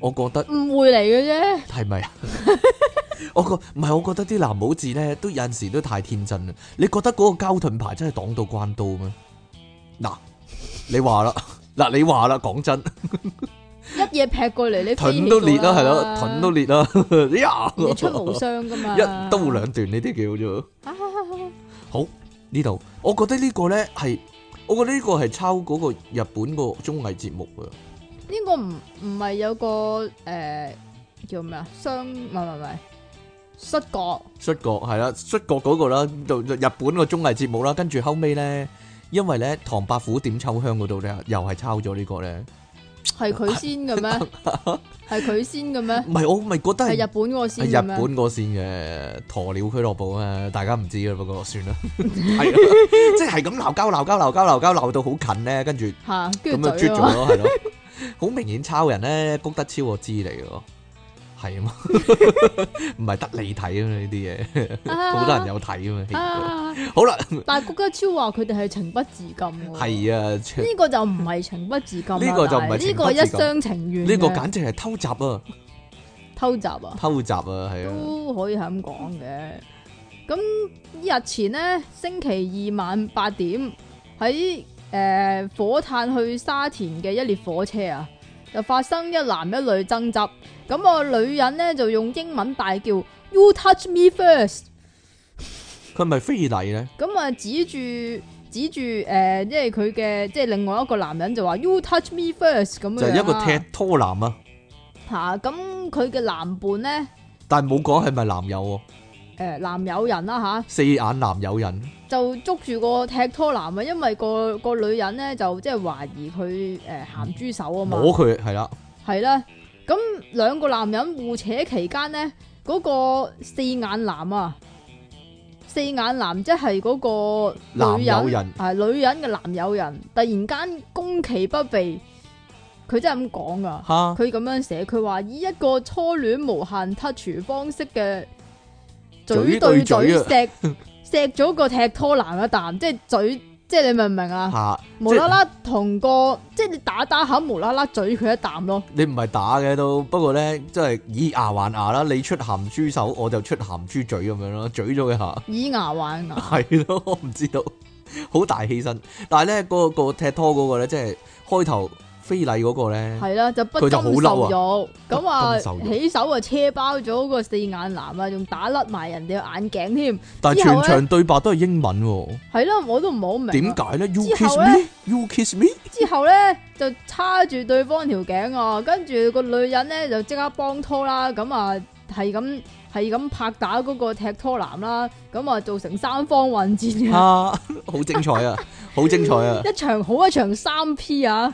我覺得誤會嚟嘅啫。係咪啊？ 我覺唔係，我覺得啲藍帽子咧，都有陣時都太天真啦。你覺得嗰個膠盾牌真係擋到關刀咩？嗱，你話啦， 嗱，你話啦，講 真，一嘢劈過嚟， 你飛盾起都裂啦，咗係咯，盾都裂啦， 呀，人哋出啊無傷噶 嘛，一刀 兩斷呢啲叫做。啊。好呢度，我覺得呢個呢係，我覺得呢個係抄嗰個日本個綜藝節目啊，呢個唔唔係有個誒叫咩啊？雙唔係唔係摔角摔角係啦，摔角嗰個啦，就就日本個綜藝節目啦，跟住後尾呢，因為呢唐伯虎點秋香嗰度呢，又係抄咗呢個呢。係佢先嘅 咩？係佢先嘅咩？唔係我咪覺得係日係本嗰個先係嘅日咩？本個先嘅鴕鳥俱樂部啊，大家唔知嘅，不過算啦，係啊，即係咁鬧交鬧交鬧交鬧交鬧到好近呢，跟住。嚇，跟咁啊住就啜咗嘴啊啊嘛。咯，係咯。好明顯抄人咧，谷德超個知嚟嘅喎，係啊 嘛，唔係得你睇啊嘛呢啲嘢，好好多人有睇啊嘛。啊！好啦，但係郭家超話佢哋係情不自禁喎。係啊，切呢個就唔係情不自禁啦，呢個就唔係但係情呢不個自一禁廂情願嘅。呢個簡直係偷襲啊，偷襲啊，偷襲啊，係啊，都可以係咁講嘅。咁日前呢，星期二晚八點喺诶火炭去沙田嘅一列火車啊，就發生一男一女爭執。咁個女人呢，就用英文大叫 You touch me first。佢係咪非禮咧？咁啊指住指住誒、呃即係佢嘅即係另外一個男人就話 You touch me first 咁樣啊就係啦一個踢拖男啊，嚇，咁佢嘅男伴咧但係冇講係咪男友喎，誒、男友人啦嚇、四眼男友人就捉住個踢拖男啊，因為個個女人咧就即係懷疑佢誒鹹豬手啊嘛，摸佢係啦，係啦。咁兩個男人互扯期間咧，嗰、個四眼男啊，四眼男即係嗰個女男友人。人啊，女人嘅男友人突然間攻其不備，佢真係咁講噶。吓佢咁樣寫，佢話以一個初戀無限 touch 方式嘅嘴對對嘴嘴啊錫 錫咗個踢拖男一啖，即係嘴，即係你明唔明啊？吓，無啦啦同個即係你打打下，無啦啦嘴佢一啖咯，你唔係打嘅都，不過咧，即係以牙還牙啦，你出鹹豬手，我就出鹹豬嘴咁樣咯，嘴咗佢下，以牙 還牙。係咯，我唔知道，好大犧牲。但係咧，嗰、個踢拖嗰個咧，即係開頭非禮嗰個咧，係啦，就不佢甘就好受嬲辱，咁啊不甘受辱起手啊車包咗個四眼男啊，仲打甩埋人哋個眼鏡添，但係之全後呢場對白都係英文喎，係啦，我都唔係好明啊。點解咧？You 之 kiss 後呢 me，you kiss me， 之後咧就叉住對方條頸啊，跟住個女人咧就即刻幫拖啦，咁啊係咁係咁拍打嗰個踢拖男啦，咁啊造成三方混 戰嘅、啊，好精彩 啊，好精彩啊！一場好一場三 P 啊！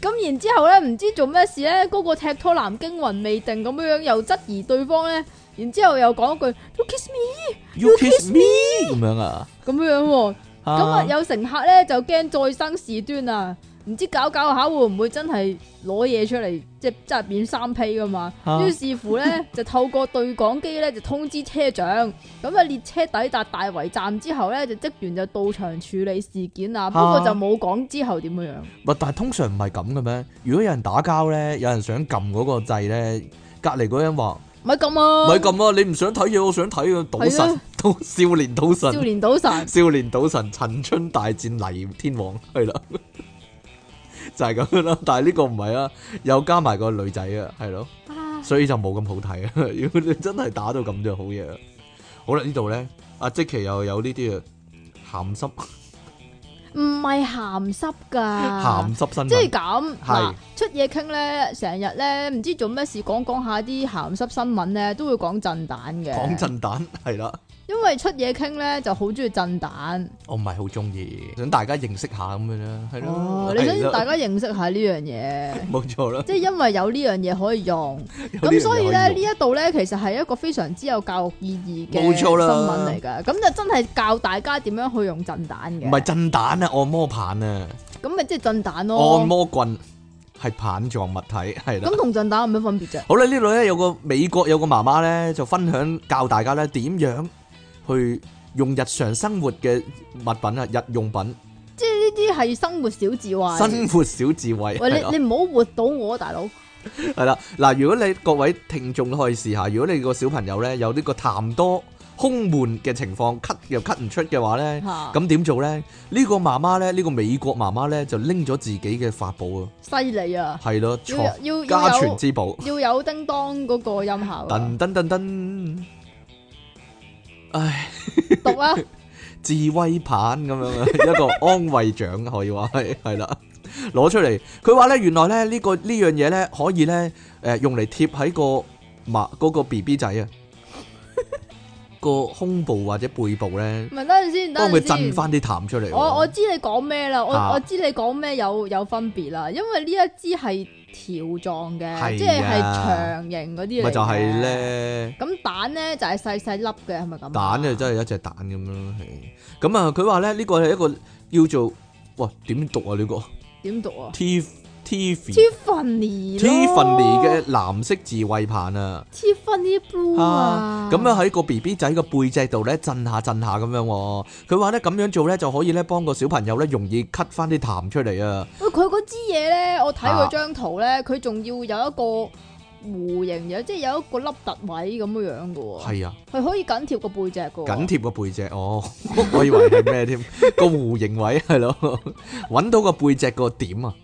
咁然之後咧，唔知做咩事咧，嗰、個踢拖男驚魂未定咁樣，又質疑對方咧，然之後又講一句 You kiss me You kiss me 咁樣啊，咁樣咁喎、咁啊有乘客咧就驚再生事端啊！唔知搞搞下會唔會真係攞嘢出嚟，即係真係變三 P 噶嘛？啊於是乎咧 就透過對講機咧就通知車長，咁啊列車抵達大圍站之後咧就職員就到場處理事件啊，不過就冇講之後點樣樣。唔但係通常唔係咁嘅咩？如果有人打交咧，有人想撳嗰個掣咧，隔離嗰個人話。咪咁啊！咪咁啊！你唔想睇嘢，我想睇嘅賭係神啊，賭少年賭少神，啊年賭神少年賭神，陳春大戰黎天王，係啦， 就係咁樣啦。但係呢個唔係啊，又加埋個女仔啊，係咯，啊，所以就冇咁好睇啊。 如果你真係打到咁就好嘢啦。好啦，呢度咧，阿即奇又有呢啲啊，鹹濕唔係鹹濕㗎。鹹濕新啊即聞，係咁係嗱，出嘢傾咧，成日咧唔知做咩事講講下啲鹹濕新聞咧，都會講震蛋嘅。講震蛋係啦，因為出嘢傾咧就好中意震蛋。我唔係好中意，想大家認識下咁樣啦，係哦咯，，哎你想係咯大家認識下呢樣嘢， 冇錯啦。即係因為有呢樣嘢可以用。有啲咁人所以可咧用呢一度咧其實係一個非常之有教育意義嘅冇新錯啦聞嚟㗎。咁就真係教大家點樣去用震蛋嘅。唔係震蛋啊，按摩棒啊，咁咪即係震蛋按咯。摩棍係棒狀物體，係啦咁。同震蛋有咩分別啫？好啦，呢度咧有個美國有個媽媽咧就分享教大家咧點樣去用日常生活嘅物品啊，日用品、即係呢啲係生活小智慧。生活小智慧喂，係你啦你唔好活到我啊大佬。係啦。嗱，如果你各位聽眾都可以試下，如果你個小朋友咧有呢個痰多、胸悶嘅情況，咳又咳唔出嘅話咧，嚇咁點做咧？呢個媽媽咧，呢個美國媽媽咧就拎咗自己嘅法寶啊，犀利啊！係咯，要錯要要家傳有之寶。要有叮當嗰個音效啊！噔噔噔噔，唉，讀啊！智慧棒咁樣啊， 一個安慰獎可以話係係啦，攞出嚟。佢話咧，原來咧呢、個呢樣嘢咧可以咧誒、呃用嚟貼喺個麻嗰、個 B B 仔 啊個胸部或者背部咧，唔係等陣 先，等幫佢陣震先。翻啲痰出嚟喎。我我知你講咩啦，我啊我知你講咩有有分別啦，因為呢一支係條狀係啊嘅，即係係長形嗰啲嚟。咪就係。咧。咁蛋咧就係細細粒嘅，係咪咁啊？蛋啊，真係一隻蛋咁樣咯，係。咁啊，佢話咧呢個係一個叫做，哇點讀啊呢、個點讀啊 T Tiffany Tiffany 咯 Tiffany 嘅藍色自慰棒啊！ Tiffany Blue 啊啊，，咁樣喺個 B B 仔個背脊度咧震下震下咁樣喎。佢話咧咁樣做咧就可以咧幫個小朋友咧容易咳翻啲痰出嚟啊！喂佢嗰支嘢咧，我睇佢張圖咧，佢仲要有一個弧形嘅，即係有一個凹凸位咁樣樣嘅喎，係啊，佢可以緊貼個背脊嘅喎，緊貼個背脊哦， 我以為係咩添？個弧形位係咯，揾到個背脊個點啊！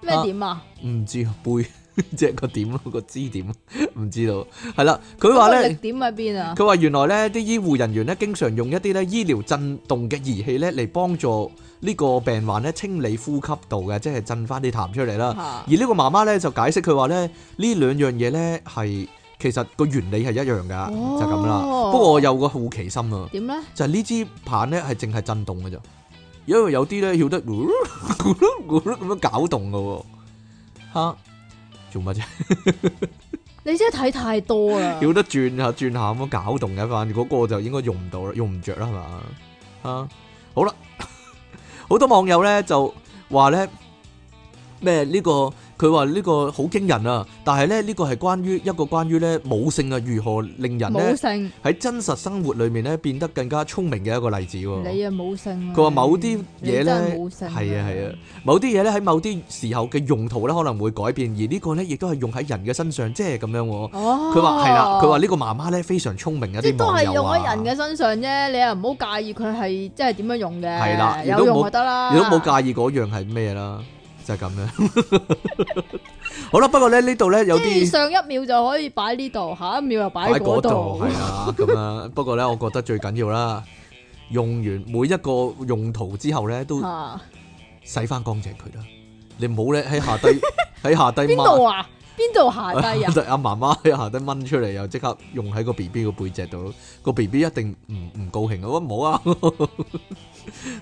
咩點啊？唔知啊背 即係個點咯，個支點唔知道。係啦，佢佢話力咧，點喺邊啊？佢話原來咧啲醫護人員咧經常用一啲咧醫療震動嘅儀器咧嚟幫助呢個病患咧清理呼吸道嘅，即係震翻啲痰出嚟啦。嚇而呢個媽媽咧就解釋佢話咧呢兩樣嘢咧係其實個原理係一樣噶，哦就咁啦。不過我有個好奇心啊，點咧？就係呢支棒咧係淨係震動嘅啫，因為有啲咧曉得咕嚕咕嚕咁樣搞動嘅喎，嚇做乜啫？你真係睇太多啦，曉得轉下轉下咁樣搞動嘅翻，嗰、個就應該用唔到啦，用唔着啦係嘛？啊，好啦， 好多網友咧就話咧咩呢、個。佢話呢個好驚人啊！但係咧，呢個係關於一個關於咧母性啊，如何令人咧冇性，喺真實生活裏面咧變得更加聰明嘅一個例子喎。你啊冇性啊。佢話某啲嘢你真係咧，冇性，係啊係啊，，某啲嘢咧喺某啲時候嘅用途咧可能會改變，而呢個咧亦都係用喺人嘅身上，即係咁樣喎。哦，佢話係啦，佢話呢個媽媽咧非常聰明嘅即啲係都係網友用啊，喺人嘅身上啫，你又唔好介意佢係即係點樣用嘅，係啦亦都有用冇就得啦，你都冇介意嗰樣係咩 啦，就係咁樣。 好啦，不過咧呢度咧有即係啲上一秒就可以擺呢度，下一秒又擺擺嗰嗰度度，係啦咁樣。 不過咧，我覺得最緊要啦，用完每一個用途之後咧都嚇洗翻乾淨佢啦。你唔好咧喺下 低喺下低邊掹度啊？邊度下 低啊？阿媽媽喺下低掹出嚟，又即刻用喺個 B B 個背脊度，個 B B 一定唔唔高興啊！唔好啊，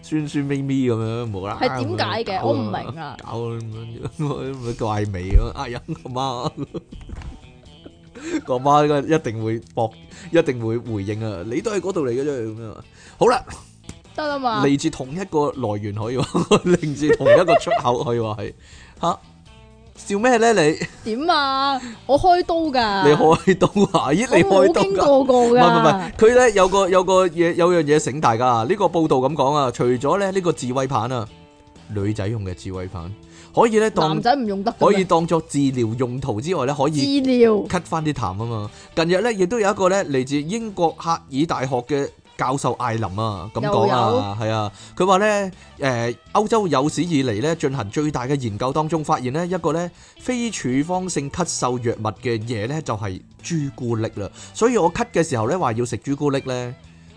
酸酸咪咪咁樣，冇啦。係點解嘅搞啊我唔明啊搞啊咁樣，咪怪味啊！哎呀，阿媽，個媽應該一定會駁，一定會回應啊！你都喺嗰度嚟嘅啫，咁樣。好啦，得啦嘛，嚟自同一個來源可以話，嚟自同一個出口可以話係吓。笑咩咧你？點啊？我開刀㗎，你開刀啊？咦，你我開冇刀經㗎？過過唔係唔係唔㗎係，，佢咧有個有個嘢有樣嘢醒大家啊！呢個報道咁講啊，除咗咧呢個智慧棒啊，女仔用嘅智慧棒可以咧當男仔唔用得㗎可咩，以當作治療用途之外咧，可以治療。咳翻啲痰啊嘛。近日咧亦都有一個咧嚟自英國赫爾大學嘅教授艾琳啊，咁講啊，係啊，佢話咧誒歐洲有史以嚟咧進行最大嘅研究當中，發現呢一個咧非處方性咳嗽藥物嘅嘢咧就係朱古力啦。所以我咳嘅時候咧話要食朱古力咧。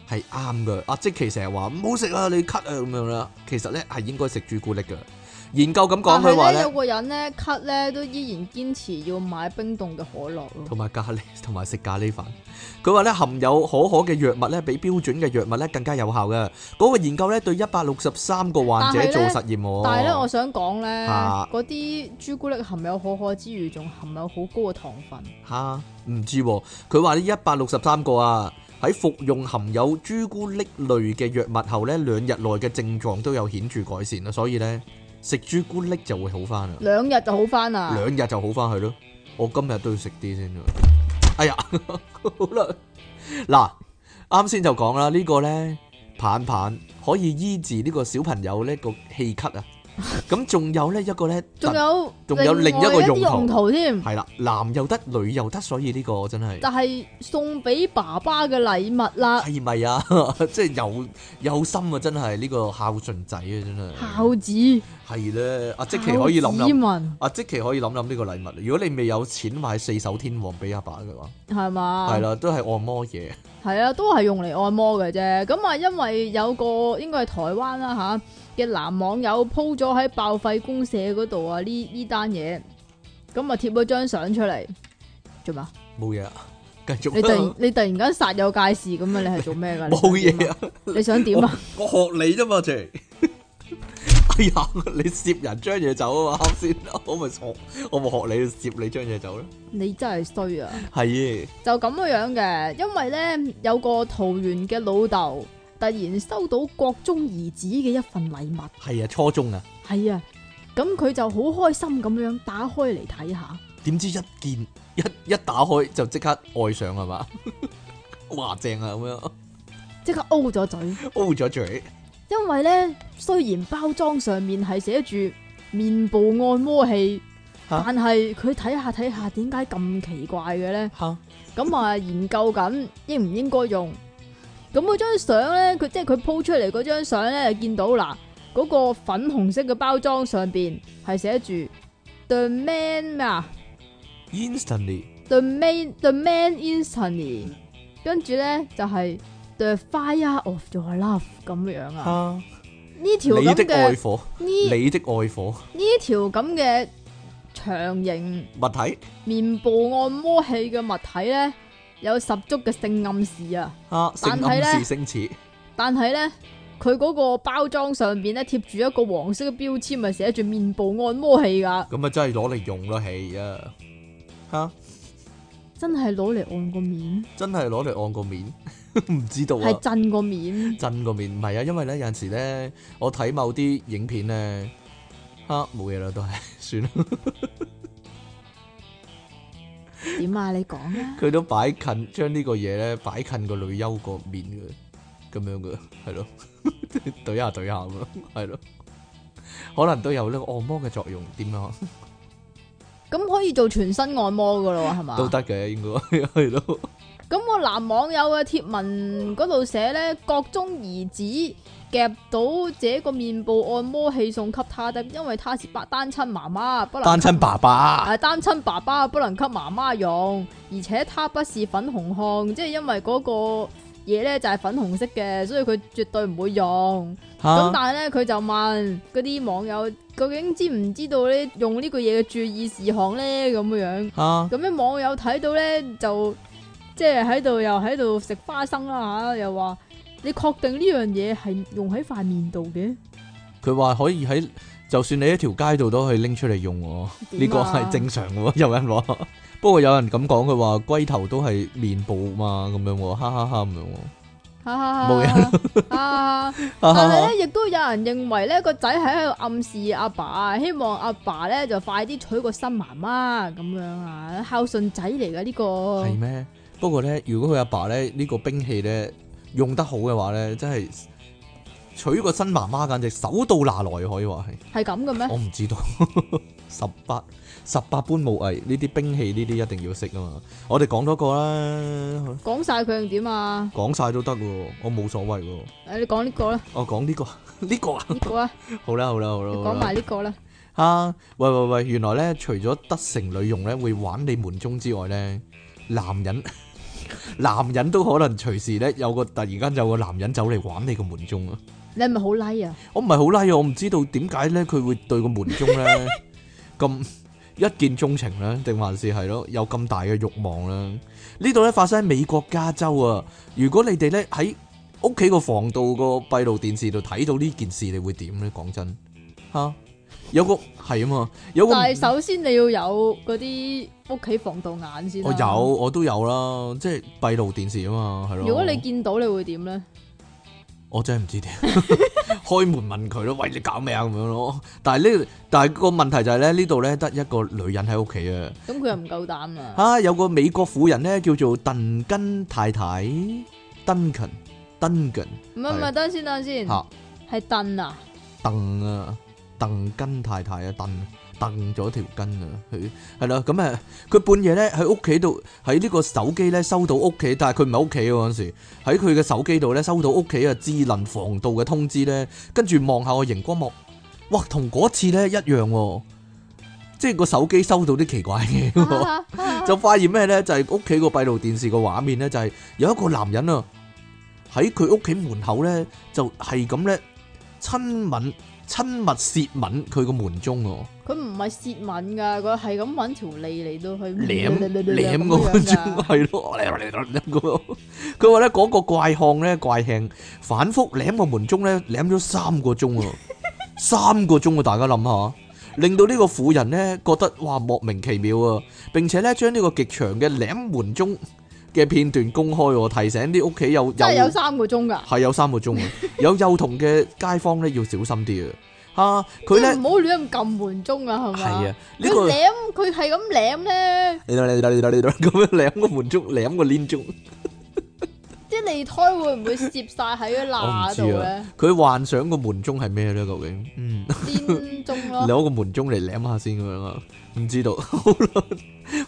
係啱嘅，阿即其成日話唔好食啊，你咳啊咁樣啦。其實咧係應該食朱古力嘅。研究咁講，但佢話咧係咧，有個人咧咳咧都依然堅持要買冰凍嘅可樂咯。同埋咖喱， 同埋食咖喱飯。佢話咧含有可可嘅藥物咧，比標準嘅藥物咧更加有效嘅。嗰、個研究咧對一百六十三個患者但係呢做實驗喎。但係咧，我想講咧，哦啊嗰啲朱古力含有可可之餘，仲含有好高嘅糖分。嚇唔知喎、佢話呢一百六十三個啊，喺服用含有朱古力類嘅藥物後咧，兩日內嘅症狀都有顯著改善啦。所以咧食朱古力就會好翻啦，兩日就好啊翻啦。兩日就好翻去咯。我今日都要食啲先啦。哎呀， 好啦。嗱，啱先就講啦，呢、個呢，棒棒可以醫治呢個小朋友呢個氣咳 啊。咁仲有呢一個呢，仲有仲有另一個個用途用途添，係啦，男又得，女又得，所以呢個真係就係送俾爸爸嘅禮物啦，係咪啊？ 即係有有心啊！真係呢、個孝順仔啊！真係孝子。係咧，阿即奇可以諗諗，文阿即奇可以諗諗呢個禮物。如果你未有錢買四手天王俾阿爸嘅話，係嘛？係啦、都係按摩嘢。係啊，都係用嚟按摩嘅啫。咁啊，因為有個應該係台灣啦吓嘅男網友 po 咗喺爆廢公社嗰度啊，呢呢單嘢，咁啊貼咗張相出嚟，做咩啊？冇嘢啊，繼續你突然啦，你突然間煞有介事咁啊？你係做咩噶？你冇想點嘢啊。你想點啊？我學你啫嘛， 姐。哎呀，你攝人將嘢走啊嘛，啱先，我咪學，我咪學你攝你將嘢走啦。你真係衰啊！係就咁樣嘅，因為咧有個桃園嘅老豆突然收到國中兒子嘅一份禮物，à, 係啊，初中啊，係啊，咁佢就好開心咁樣打開嚟睇下，點知一見一一打開就即刻愛上 係嘛？哇正啊咁樣即刻 O 咗嘴。 ，O 咗嘴，因為呢，雖然包裝上面係寫住面部按摩器，嚇但係佢睇下睇下，點解咁奇怪嘅呢？吓咁啊， 研究緊應唔應該用。咁嗰張相呢，佢即係佢 po 出嚟嗰張相呢，就見到嗱，嗰、個粉紅色嘅包裝上邊係寫住 The Man 咩啊 instantly The Man The Man Instantly，跟住呢，就係、The Fire of Your Love 咁樣啊。吓，呢條你咁的愛嘅火，呢你的愛火呢條咁嘅長形物體面部按摩器嘅物體呢，有十足嘅性暗示啊！吓，性但係呢暗示星矢但係呢，佢嗰個包裝上边咧貼住一個黃色嘅標籤，咪寫住面部按摩器㗎，咁啊真係攞嚟用咯，係啊吓，真係攞嚟按個面，真係攞嚟按個面， 唔知道啊係。震個面，真個面唔係啊，因為咧有陣時咧，我睇某啲影片咧，吓冇嘢啦，都係 算啦。點啊？你講啊！佢都擺近將呢個嘢咧擺近個女優個面嘅，咁樣嘅係咯， 懟下懟下咁咯，係咯，可能都有呢個按摩嘅作用，點樣啊咁可以做全身按摩噶咯，係嘛？都得嘅，應該 係咯。咁我男網友嘅貼文嗰度寫呢，國中兒子夾到這個面部按摩器送給他的，因為他是白單親媽媽，不能單親爸爸啊單親爸爸不能給媽媽用，而且他不是粉紅漢，即係因為嗰個嘢呢就係粉紅色嘅，所以佢絕對唔會用。咁嚇，但係呢，佢就問嗰啲網友究竟知唔知道呢用呢個嘢嘅注意事項呢？咁樣。嚇咁樣網友睇到咧，就即係喺度又喺度食花生啦吓，又話你確定呢樣嘢係用喺塊面度嘅？佢話可以喺就算你喺條街度都可以拎出嚟用喎，點啊呢個係正常嘅喎，有 人話。不過有人咁講，佢話龜頭都係面部嘛，咁樣喎，哈哈哈咁樣喎。哈哈哈冇啊！哈但哈係哈咧，亦都有人認為咧個仔係喺度暗示阿爸，希望阿爸咧就快啲娶個新媽媽咁樣啊，孝順仔嚟噶呢個係咩？不過咧，如果佢阿爸咧呢個兵器咧用得好嘅話咧，真係娶個新媽媽簡直手到拿來可以話係。係咁嘅咩？我唔知道， 十八十八般武藝呢啲兵器呢啲一定要識啊嘛。我哋講多個啦，講晒佢定點啊？講晒都得喎，我冇所謂喎。誒，你講呢個啦，我講呢個 呢個啊，呢個啊，好啦好啦好啦你好講啦。埋呢個啦，啊，喂喂喂，原來咧，除咗德成女佣咧會玩你門鐘之外咧，男人 男人都可能隨時咧有個突然間有個男人走嚟玩你個門鐘啊！你係咪好 like 啊？我唔係好拉啊，我唔知道點解咧佢會對個門鐘 咧咁一見鍾情咧，定還是係咯有咁大嘅慾望咧？呢度咧發生喺美國加州啊！如果你哋咧喺屋企個房度個閉路電視度睇到呢件事，你會點咧？講真嚇。有個係啊嘛，有個但係首先你要有嗰啲屋企防盜眼先啦。我有，我都有啦，即係閉路電視啊嘛，係咯。如果你見到你會點咧？ 我真係唔知點， 開門問佢咯，喂你搞咩啊咁樣咯。但係呢，但係個問題就係咧，呢度咧得一個女人喺屋企啊。咁佢又唔夠膽啊！啊，有個美國婦人咧叫做鄧根太太，Duncan Duncan 唔係唔係係，等陣先等陣先，嚇係 凳啊！鄧啊，鄧根太太啊，鄧鄧咗條筋啊，佢係啦，咁啊，佢半夜咧喺屋企度，喺呢個手機咧收到屋企，但係佢唔喺屋企啊嗰陣時，喺佢嘅手機度咧收到屋企啊智能防盜嘅通知咧，跟住望下個熒光幕，哇，同嗰次咧一樣喎、即係個手機收到啲奇怪嘢 À, 喎、 就發現咩咧？就係屋企個閉路電視個畫面咧，就係有一個男人啊，喺佢屋企門口咧，就係咁咧親吻、親密舌吻佢個門鐘喎，佢唔係舌吻㗎，佢係咁揾條脷嚟到去 舐舐個咁門樣鐘㗎。係咯，咁樣佢話咧嗰個怪漢咧怪慶反覆舐個門鐘咧舐咗三個鐘啊，三個鐘啊！大家諗下。令到呢個婦人咧覺得哇莫名其妙啊！並且咧將呢個極長嘅舐門鐘嘅片段公開喎，提醒啲屋企有 真係有有三個鐘㗎，係有三個鐘啊！有幼童嘅街坊咧要小心啲啊！吓佢即咧係唔好亂咁撳門鐘啊，係系嘛？啊，呢佢個舐佢係咁舐咧，咁樣舐個門鐘，舐個鏈鐘。啲脷胎會唔會攝晒 喺個罅度咧？佢幻想個門鐘係咩咧？究竟？嗯，Ừ. 尖鐘咯，攞個門鐘嚟舐下先咁樣啊？唔知 道，好啦，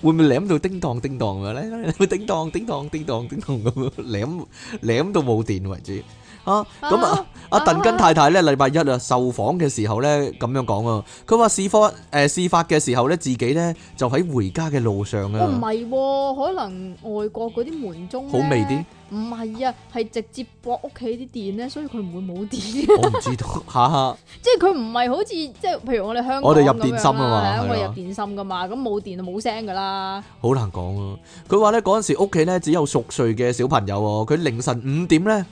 會唔會舐到叮當叮當嘅咧？會叮當叮當叮當叮 當咁樣舐舐到冇電為止啊！咁 Ờ, 啊〜阿鄧根太太咧，禮拜一啊受訪嘅時候咧，咁樣講啊，佢話事發誒、呃事發嘅時候咧，自己咧就喺回家嘅路上我唔啊，係喎，可能外國嗰啲門鐘呢好味啲。唔係啊，係直接駁屋企啲電咧，所以佢唔會冇電。 我唔知 道，下下即係佢唔係好似即係譬如我哋香港我哋入咁樣電芯啊嘛啦係係啊我哋入電芯噶嘛，咁冇電就冇聲噶啦。好難講啊。佢話咧嗰陣時屋企咧只有熟睡嘅小朋友喎，佢凌晨五點咧呢、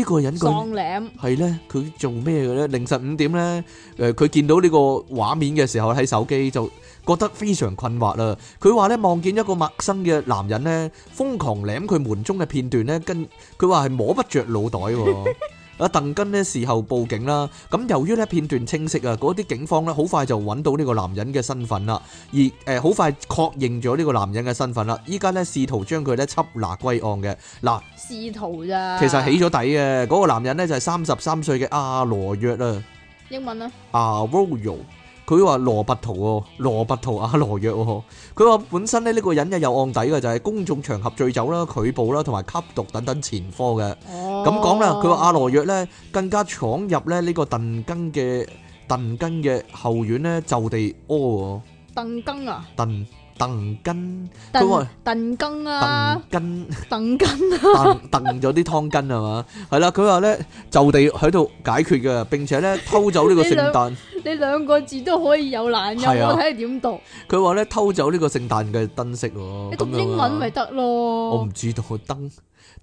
呢個人佢喪舐係咧佢做咩嘅咧？凌晨五點咧誒，呃佢、見到呢個畫面嘅時候喺手機就。覺得非常困惑啦！佢話咧望見一個陌生嘅男人咧，瘋狂舐佢門中嘅片段咧，跟佢話係摸不着腦袋喎。阿鄧根呢事後報警啦，咁由於呢片段清晰啊，嗰啲警方呢好快就揾到呢個男人嘅身份啦，而誒好快確認咗呢個男人嘅身份啦，依家呢試圖將佢呢緝拿歸案嘅。嗱，試圖咋？其實起咗底嘅，嗰個男人呢就係三十三歲嘅阿羅約啊。英文啊，啊 r o y o 佢話羅拔圖喎，羅拔圖阿羅約喎，佢話本身咧呢個人嘅有案底嘅就係公眾場合醉酒啦、拒捕啦同埋吸毒等等前科嘅。咁咁講啦，佢話阿羅約咧更加闖入咧呢個鄧根嘅鄧根嘅後院咧就地屙鄧更啊，喎，鄧鄧根佢鄧話鄧更鄧啊，根。鄧更 啊，掟 掟咗啲湯羹係嘛？係啦，佢話咧就地喺度解決嘅，並且咧偷走呢個聖誕， 你兩個字都可以有懶音，係啊我睇你點讀。佢話咧偷走呢個聖誕嘅燈飾喎。你讀咁樣啊英文咪得我咯唔。知道燈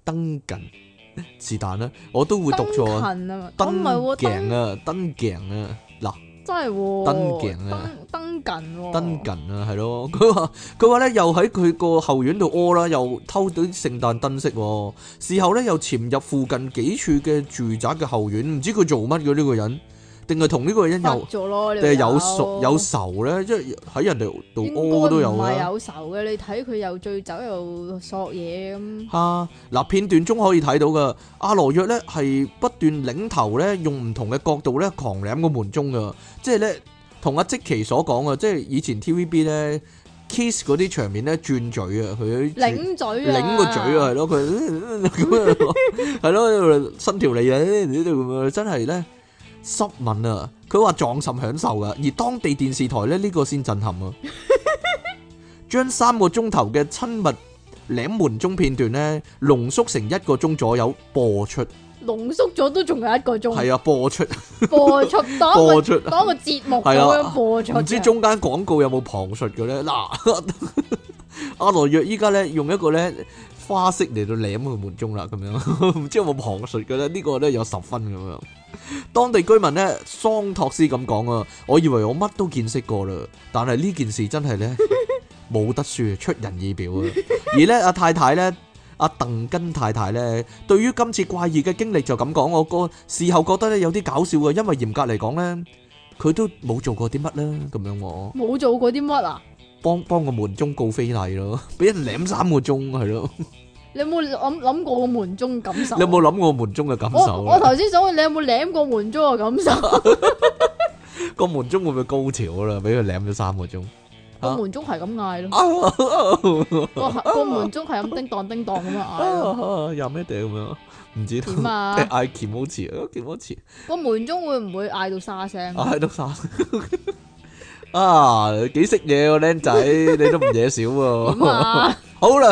燈近是但啦，我都會讀錯啊。燈勤啊嘛，我燈唔係喎，哦鏡燈啊，燈鏡啊，嗱真係喎，燈鏡啊燈，燈勤喎，燈近啊，係咯。 佢話佢話咧，又喺佢個後院度屙啦，又偷到啲聖誕燈飾喎。事後咧又潛入附近幾處嘅住宅嘅後院，唔知佢做乜嘅呢個人，定係同呢個人發有咗咯，你定係有條仇友有仇咧？即係喺人哋度應該屙都有唔係啦。有仇嘅，你睇佢又醉酒又索嘢咁，啊！嗱，片段中可以睇到噶，阿羅約咧係不斷擰頭咧，用唔同嘅角度咧狂舐個門鐘噶，即係咧同阿積奇所講啊，即係以前 TVB 咧 kiss 嗰啲場面咧轉嘴啊，佢擰擰嘴啊，擰個嘴啊，係，咯，佢咁樣係咯，伸條脷啊，呢度咁樣真係咧濕吻啊！佢話撞甚享受噶，而當地電視台咧呢個先震撼啊！將三個鐘頭嘅親密舐門鐘片段咧，濃縮成一個鐘左右播出，濃縮咗都仲有一個鐘，係啊播出，播 出當播個出當個節目咁係啊樣播出嘅，唔知中間廣告有冇旁述嘅咧？嗱， 阿羅約依家咧用一個咧花式嚟到舐佢門鐘啦，咁樣 唔知有冇旁述嘅咧？呢個咧有十分咁樣。當地居民咧，桑托斯咁講啊，我以為我乜都見識過啦，但係呢件事真係咧冇得輸，出人意表啊！而咧阿太太咧。阿鄧根太太咧，對於今次怪異嘅經歷就咁講，我個事後覺得咧有啲搞笑嘅，因為嚴格嚟講咧，佢都冇做過啲乜啦，咁樣我冇做過啲乜啊？幫幫個門鐘告非禮 咯，俾人舐三個鐘係咯，你有冇諗諗過個門鐘感受？你有冇諗過門鐘嘅感我受我啊？頭先想問你有冇舐過門鐘嘅感 受？個門鐘會唔會高潮啦？俾佢舐咗三個鐘，個門鐘係咁嗌 咯，Ờ, 個個門鐘係咁叮當叮當咁樣 嗌咯。啊有咩地咁樣？唔知道點啊即係嗌 k i m o c h i 啊 k i m o c h i 個門鐘會唔會嗌到沙聲？嗌到 三啊，幾識嘢喎，僆仔，你都唔嘢少點喎。 啊？好啦，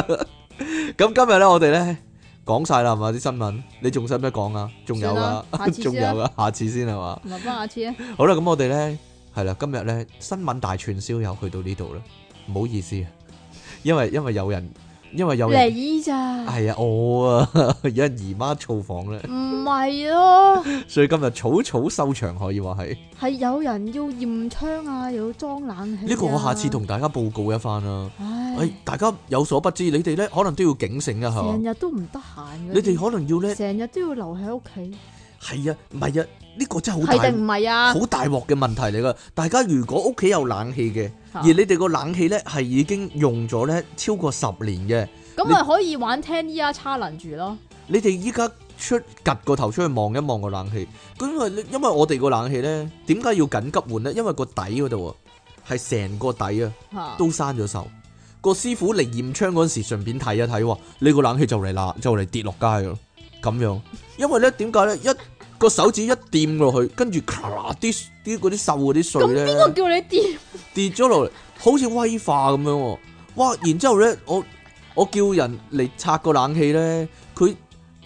咁今日咧，我哋咧講晒啦，係嘛啲新聞，你仲使唔使講啊？仲有啊算啦下，次 仲先啊有啊，下次先係嘛？唔係幫下次啊！好啦，咁我哋咧係啦，今日咧新聞大串燒又去到呢度啦，唔好意思啊，因為因為有人，因為有人你咋？係啊， 我啊，有人姨媽造訪咧，唔係咯，所以今日草草收場，可以話係係有人要驗窗啊，又要裝冷氣啊。呢個，我下次同大哎家報告一番啦。唉诶，，大家有所不知，你哋咧可能都要警醒一下，成日都唔得閒嘅。你哋可能要咧成日都要留喺屋企，係啊，唔係啊，呢個真係好係大定唔係啊？好大鑊嘅問題嚟噶。大家如果屋企有冷氣嘅，嚇而你哋個冷氣咧係已經用咗咧超過十年嘅。咁咪可以玩 Ten Year Challenge 咯。你哋依家出趌個頭出去望一望個冷氣，因為你因為我哋個冷氣咧，點解要緊急換咧？因為個底嗰度啊，係成個底啊嚇都生咗鏽。個師傅嚟驗窗嗰陣時，順便睇一睇喎，你個冷氣就嚟啦，就嚟跌落街咯，咁樣。因為咧點解咧？一個手指一掂落去，跟住咔啲啲嗰啲鏽嗰啲碎咁咧。邊個叫你掂？跌咗落嚟，好似威化咁樣喎。哇！然之後咧，我我叫人嚟拆個冷氣咧，佢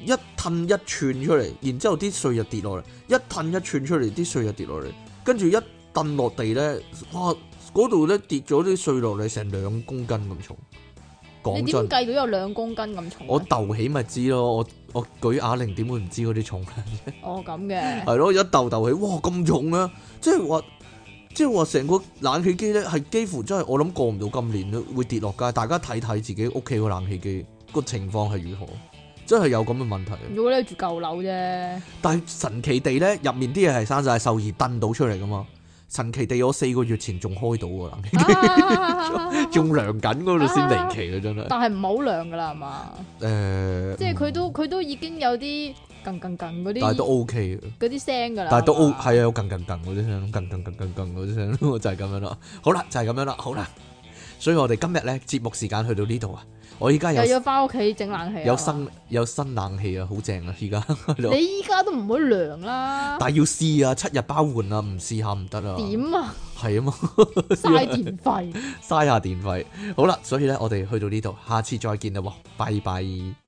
一褪一寸出嚟，然之後啲碎就跌落嚟，一褪一寸出嚟，啲碎就跌落嚟，跟住一蹬落地咧，哇！嗰度咧跌咗啲碎落嚟，成兩公斤咁重。你講點真，計到有兩公斤咁重我啊？竇起咪知咯，我我舉啞鈴點會唔知嗰啲重？哦，咁 嘅，係咯，一竇竇起，哇咁重啊！即係話，即係話成個冷氣機咧，係幾乎真係我諗過唔到今年都會跌落街。大家睇睇自己屋企個冷氣機個情況係如何，真係有咁嘅問題。啊如果你住舊樓 啫，但係神奇地咧，入面啲嘢係生晒鏽而燉到出嚟噶嘛。神奇地，我四個月前仲開到喎冷 氣，啊仲涼緊嗰度先離奇啊！真係。但係唔好涼噶啦係嘛，誒、嗯即係佢都佢都已經有啲近近近嗰但係都啲 OK 啊嘅。嗰啲聲噶啦，但係都 O 係嘛係啊，有近近近嗰啲聲，近近近近近嗰啲 聲，就係咁樣啦。好啦，就係咁樣啦，好啦。所以我哋今日咧節目時間去到呢度啊，我依家又有要翻屋企整冷氣啊，有係嘛新有新冷氣啊，好正啊！依家你依家都唔會涼啦，但係要試啊，七日包換啊，唔試下唔得啊，點啊？ 係啊嘛，嘥 電費。嘥下電費。好啦，所以咧我哋去到呢度，下次再見啦喎，拜拜。